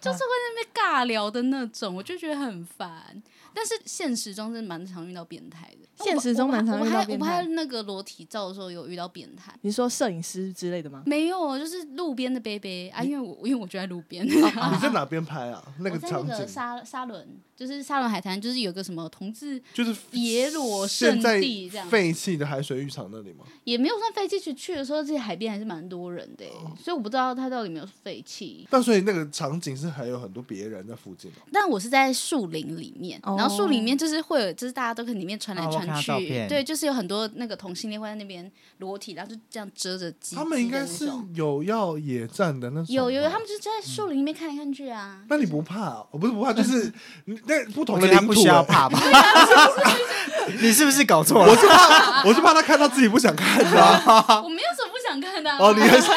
Speaker 4: 就是会在那边尬聊的那种，我就觉得很烦。但是现实中真的蛮常遇到变态的，
Speaker 1: 现实中蛮常遇到变
Speaker 4: 我拍
Speaker 1: 态
Speaker 4: 我拍。那个裸体照的时候有遇到变态。
Speaker 1: 你说摄影师之类的
Speaker 2: <laughs>
Speaker 1: 吗？
Speaker 4: 没有，啊就是路边的贝贝啊，因为我因 <laughs> 为我就在路
Speaker 2: <laughs>
Speaker 4: 边，
Speaker 3: 你在哪边拍啊？那
Speaker 4: 我在那
Speaker 3: 场
Speaker 4: 个
Speaker 3: 景
Speaker 4: 沙沙伦，就是沙伦海滩，就是有个什么同志
Speaker 3: 就是
Speaker 4: 野裸圣
Speaker 3: 现在
Speaker 4: 地这样子，
Speaker 3: 废弃的海水浴场那里吗？
Speaker 4: 也没有算废弃，去去的时候，这海边还是蛮多人的欸、
Speaker 3: 哦
Speaker 4: 所以我不知道它到底有没有废弃。
Speaker 3: 但所以那个场景是还有很多别人在附近哦。
Speaker 4: 但我是在树林里面，
Speaker 1: 哦
Speaker 4: 然后树里面就是会有，就是大家都可以里面传来
Speaker 2: 哦我
Speaker 4: 传
Speaker 2: 看到
Speaker 4: 去，
Speaker 2: 照片
Speaker 4: 对，就是有很多那个同性恋会在那边裸体，然后就这样遮着鸡。
Speaker 3: 他们应该是有要野战的那种吧，
Speaker 4: 有有有，他们就是在树林里面看来看去啊。
Speaker 3: 那你不怕、啊？我不是不怕，就是你那不
Speaker 2: 我
Speaker 3: 同
Speaker 2: 觉
Speaker 3: 的
Speaker 2: 得他
Speaker 3: 领
Speaker 2: 不
Speaker 3: 土、
Speaker 2: 需要
Speaker 3: 欸。
Speaker 2: 怕
Speaker 4: <laughs>
Speaker 2: 吧？
Speaker 4: 啊
Speaker 2: <laughs> 你是不是搞错了？
Speaker 3: 我是怕他看到自己不想看的、啊。
Speaker 4: 我没有什么不想看的、啊， <laughs>
Speaker 3: 哦，你还是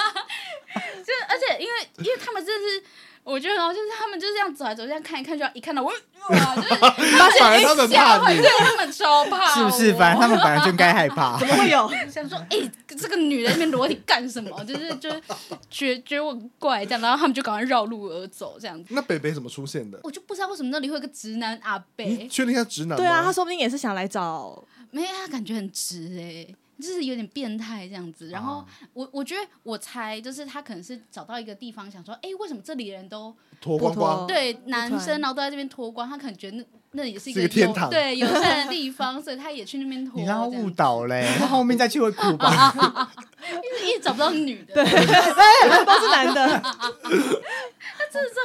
Speaker 4: 就是而且因为因为他们真的是。我觉得，然后就是他们就这样走来走去，这样看一看就要一看到我，哇，就是
Speaker 3: <laughs> 反而他们
Speaker 4: 吓
Speaker 3: 怕
Speaker 4: 坏，
Speaker 3: 你
Speaker 4: 对，，他们超怕，
Speaker 2: 是不是？反正他们本
Speaker 4: <laughs>
Speaker 2: 来就该害怕。
Speaker 4: 啊
Speaker 1: 怎么会有？
Speaker 4: 想说，哎、这个女人那边裸体干什么？就是就是觉觉得我很怪这样，然后他们就赶快绕路而走这样子。
Speaker 3: 那北北怎么出现的？
Speaker 4: 我就不知道为什么那里会有个直男阿
Speaker 3: 你
Speaker 4: 贝，
Speaker 3: 确定他直男吗？
Speaker 1: 对啊，他说不定也是想来找。
Speaker 4: 没有他感觉很直哎、就是有点变态这样子。然后我我觉得我猜就是他可能是找到一个地方，想说，哎、为什么这里人都
Speaker 3: 脱光
Speaker 1: 不
Speaker 3: 光
Speaker 1: 脱，
Speaker 4: 对
Speaker 1: 然
Speaker 4: 男生，然后都在这边脱光，他可能觉得那那也是一
Speaker 3: 是
Speaker 4: 个
Speaker 3: 一个天
Speaker 4: 友
Speaker 3: 堂
Speaker 4: 对友善的地方，所以他也去那边脱。
Speaker 2: 你让他
Speaker 4: 这样
Speaker 2: 误
Speaker 4: 子
Speaker 2: 导
Speaker 4: <laughs>
Speaker 2: 嘞，他后面再去会哭
Speaker 4: 啊
Speaker 2: 吧？
Speaker 4: 就是一直找不到女的。对，
Speaker 1: 都是男
Speaker 2: <laughs>
Speaker 1: 的，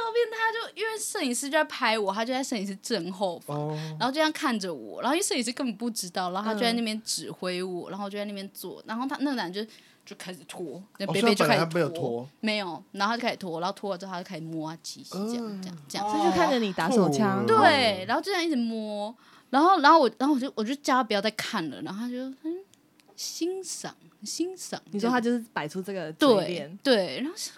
Speaker 4: 后面他就因为摄影师就在拍我，他就在摄影师正后方，
Speaker 3: 哦，
Speaker 4: 然后就这样看着我，然后因为摄影师根本不知道，然后他就在
Speaker 1: 嗯
Speaker 4: 那边指挥我，然后就在那边做，然后他那个男的就就开始脱，那
Speaker 3: 哦
Speaker 4: 贝
Speaker 3: 所
Speaker 4: 贝
Speaker 3: 以
Speaker 4: 就
Speaker 3: 本
Speaker 4: 开
Speaker 3: 来
Speaker 4: 始
Speaker 3: 他没有脱，
Speaker 4: 没有，然后他就开始脱，然后脱了之后他就开始摸啊鸡鸡这样这样这样，
Speaker 1: 他就看着你打手枪。
Speaker 3: 酷
Speaker 2: 哦
Speaker 4: 对，然后就这样一直摸，然后然后我然后我就我就叫他不要再看了，然后他就嗯欣赏欣赏，
Speaker 1: 你说他就是摆出这个嘴
Speaker 4: 对
Speaker 1: 脸，
Speaker 4: 对，然后是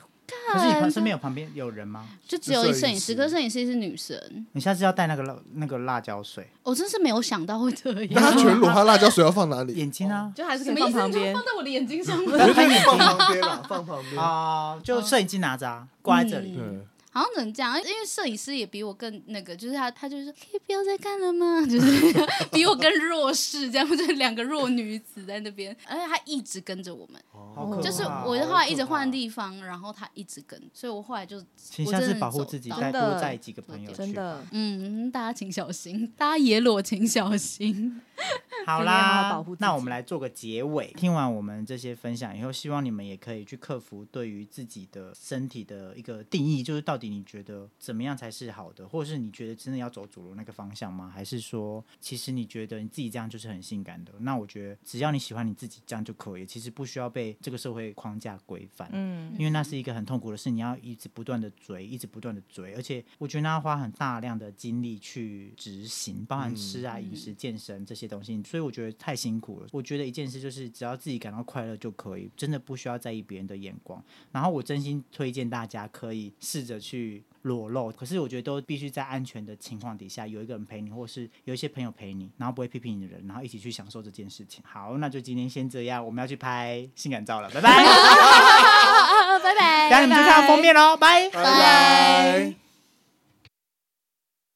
Speaker 2: 可是你旁身边有旁边有人吗？
Speaker 4: 就只有一
Speaker 3: 摄
Speaker 4: 摄
Speaker 3: 影
Speaker 4: 影
Speaker 3: 师
Speaker 4: 师，可是摄影师是女生，
Speaker 2: 你下次要带那个辣那个辣椒水，
Speaker 4: 我真是没有想到会这
Speaker 3: 那
Speaker 4: 样。
Speaker 3: 他全裸，他辣椒水要放哪里？
Speaker 2: 眼睛啊
Speaker 1: 就还是可
Speaker 4: 什
Speaker 1: 以
Speaker 4: 么意
Speaker 1: 放旁
Speaker 4: 思？你 <laughs> 就
Speaker 1: 边
Speaker 4: 放。在我的眼睛上面，
Speaker 3: 我觉得放旁边啦，放旁边。
Speaker 2: 啊，
Speaker 4: 哦
Speaker 2: 就摄影机拿着啊，挂在这
Speaker 4: 嗯
Speaker 2: 里。
Speaker 3: 对，
Speaker 4: <laughs> 好像只能这样，因为摄影师也比我更那个，就是他，他就是说可以不要再看了吗？ <laughs> 就是比我更弱势，这样就是两个弱女子在那边，而且他一直跟着我们，
Speaker 2: 好可怕
Speaker 4: 就是我后来一直换地方，然后他一直跟，所以我后来就
Speaker 2: 请
Speaker 4: 我
Speaker 2: 下
Speaker 4: 真
Speaker 2: 次
Speaker 4: 的
Speaker 2: 保护
Speaker 4: 走
Speaker 2: 自己，
Speaker 4: 到
Speaker 1: 真
Speaker 2: 再
Speaker 1: 的
Speaker 2: 多带几个朋友去。
Speaker 1: 真的，
Speaker 4: 嗯，大家请小心，大家野裸请
Speaker 3: <laughs>
Speaker 4: 小心。
Speaker 1: <laughs>
Speaker 2: 好
Speaker 1: 一定要好
Speaker 2: 啦，
Speaker 1: 好保护自己
Speaker 2: 那我们来做个结尾。听完我们这些分享以后，希望你们也可以去克服对于自己的身体的一个定义，就是到底你觉得怎么样才是好的，或者是你觉得真的要走主流那个方向吗？还是说，其实你觉得你自己这样就是很性感的？那我觉得只要你喜欢你自己这样就可以，其实不需要被这个社会框架规范。
Speaker 1: 嗯，
Speaker 2: 因为那是一个很痛苦的事，你要一直不断的追，一直不断的追，而且我觉得那要花很大量的精力去执行，包含吃啊、饮食、健身这些东西，所以我觉得太辛苦了。我觉得一件事就是，只要自己感到快乐就可以，真的不需要在意别人的眼光。然后我真心推荐大家可以试着去裸露，可是我觉得都必须在安全的情况底下，有一个人陪你，或是有一些朋友陪你，然后不会批评你的人，然后一起去享受这件事情。好，那就今天先这样，我们要去拍性感照了，拜拜。
Speaker 4: 啊，拜拜，
Speaker 2: 然后你们就看到封面喽，拜。
Speaker 3: 拜拜。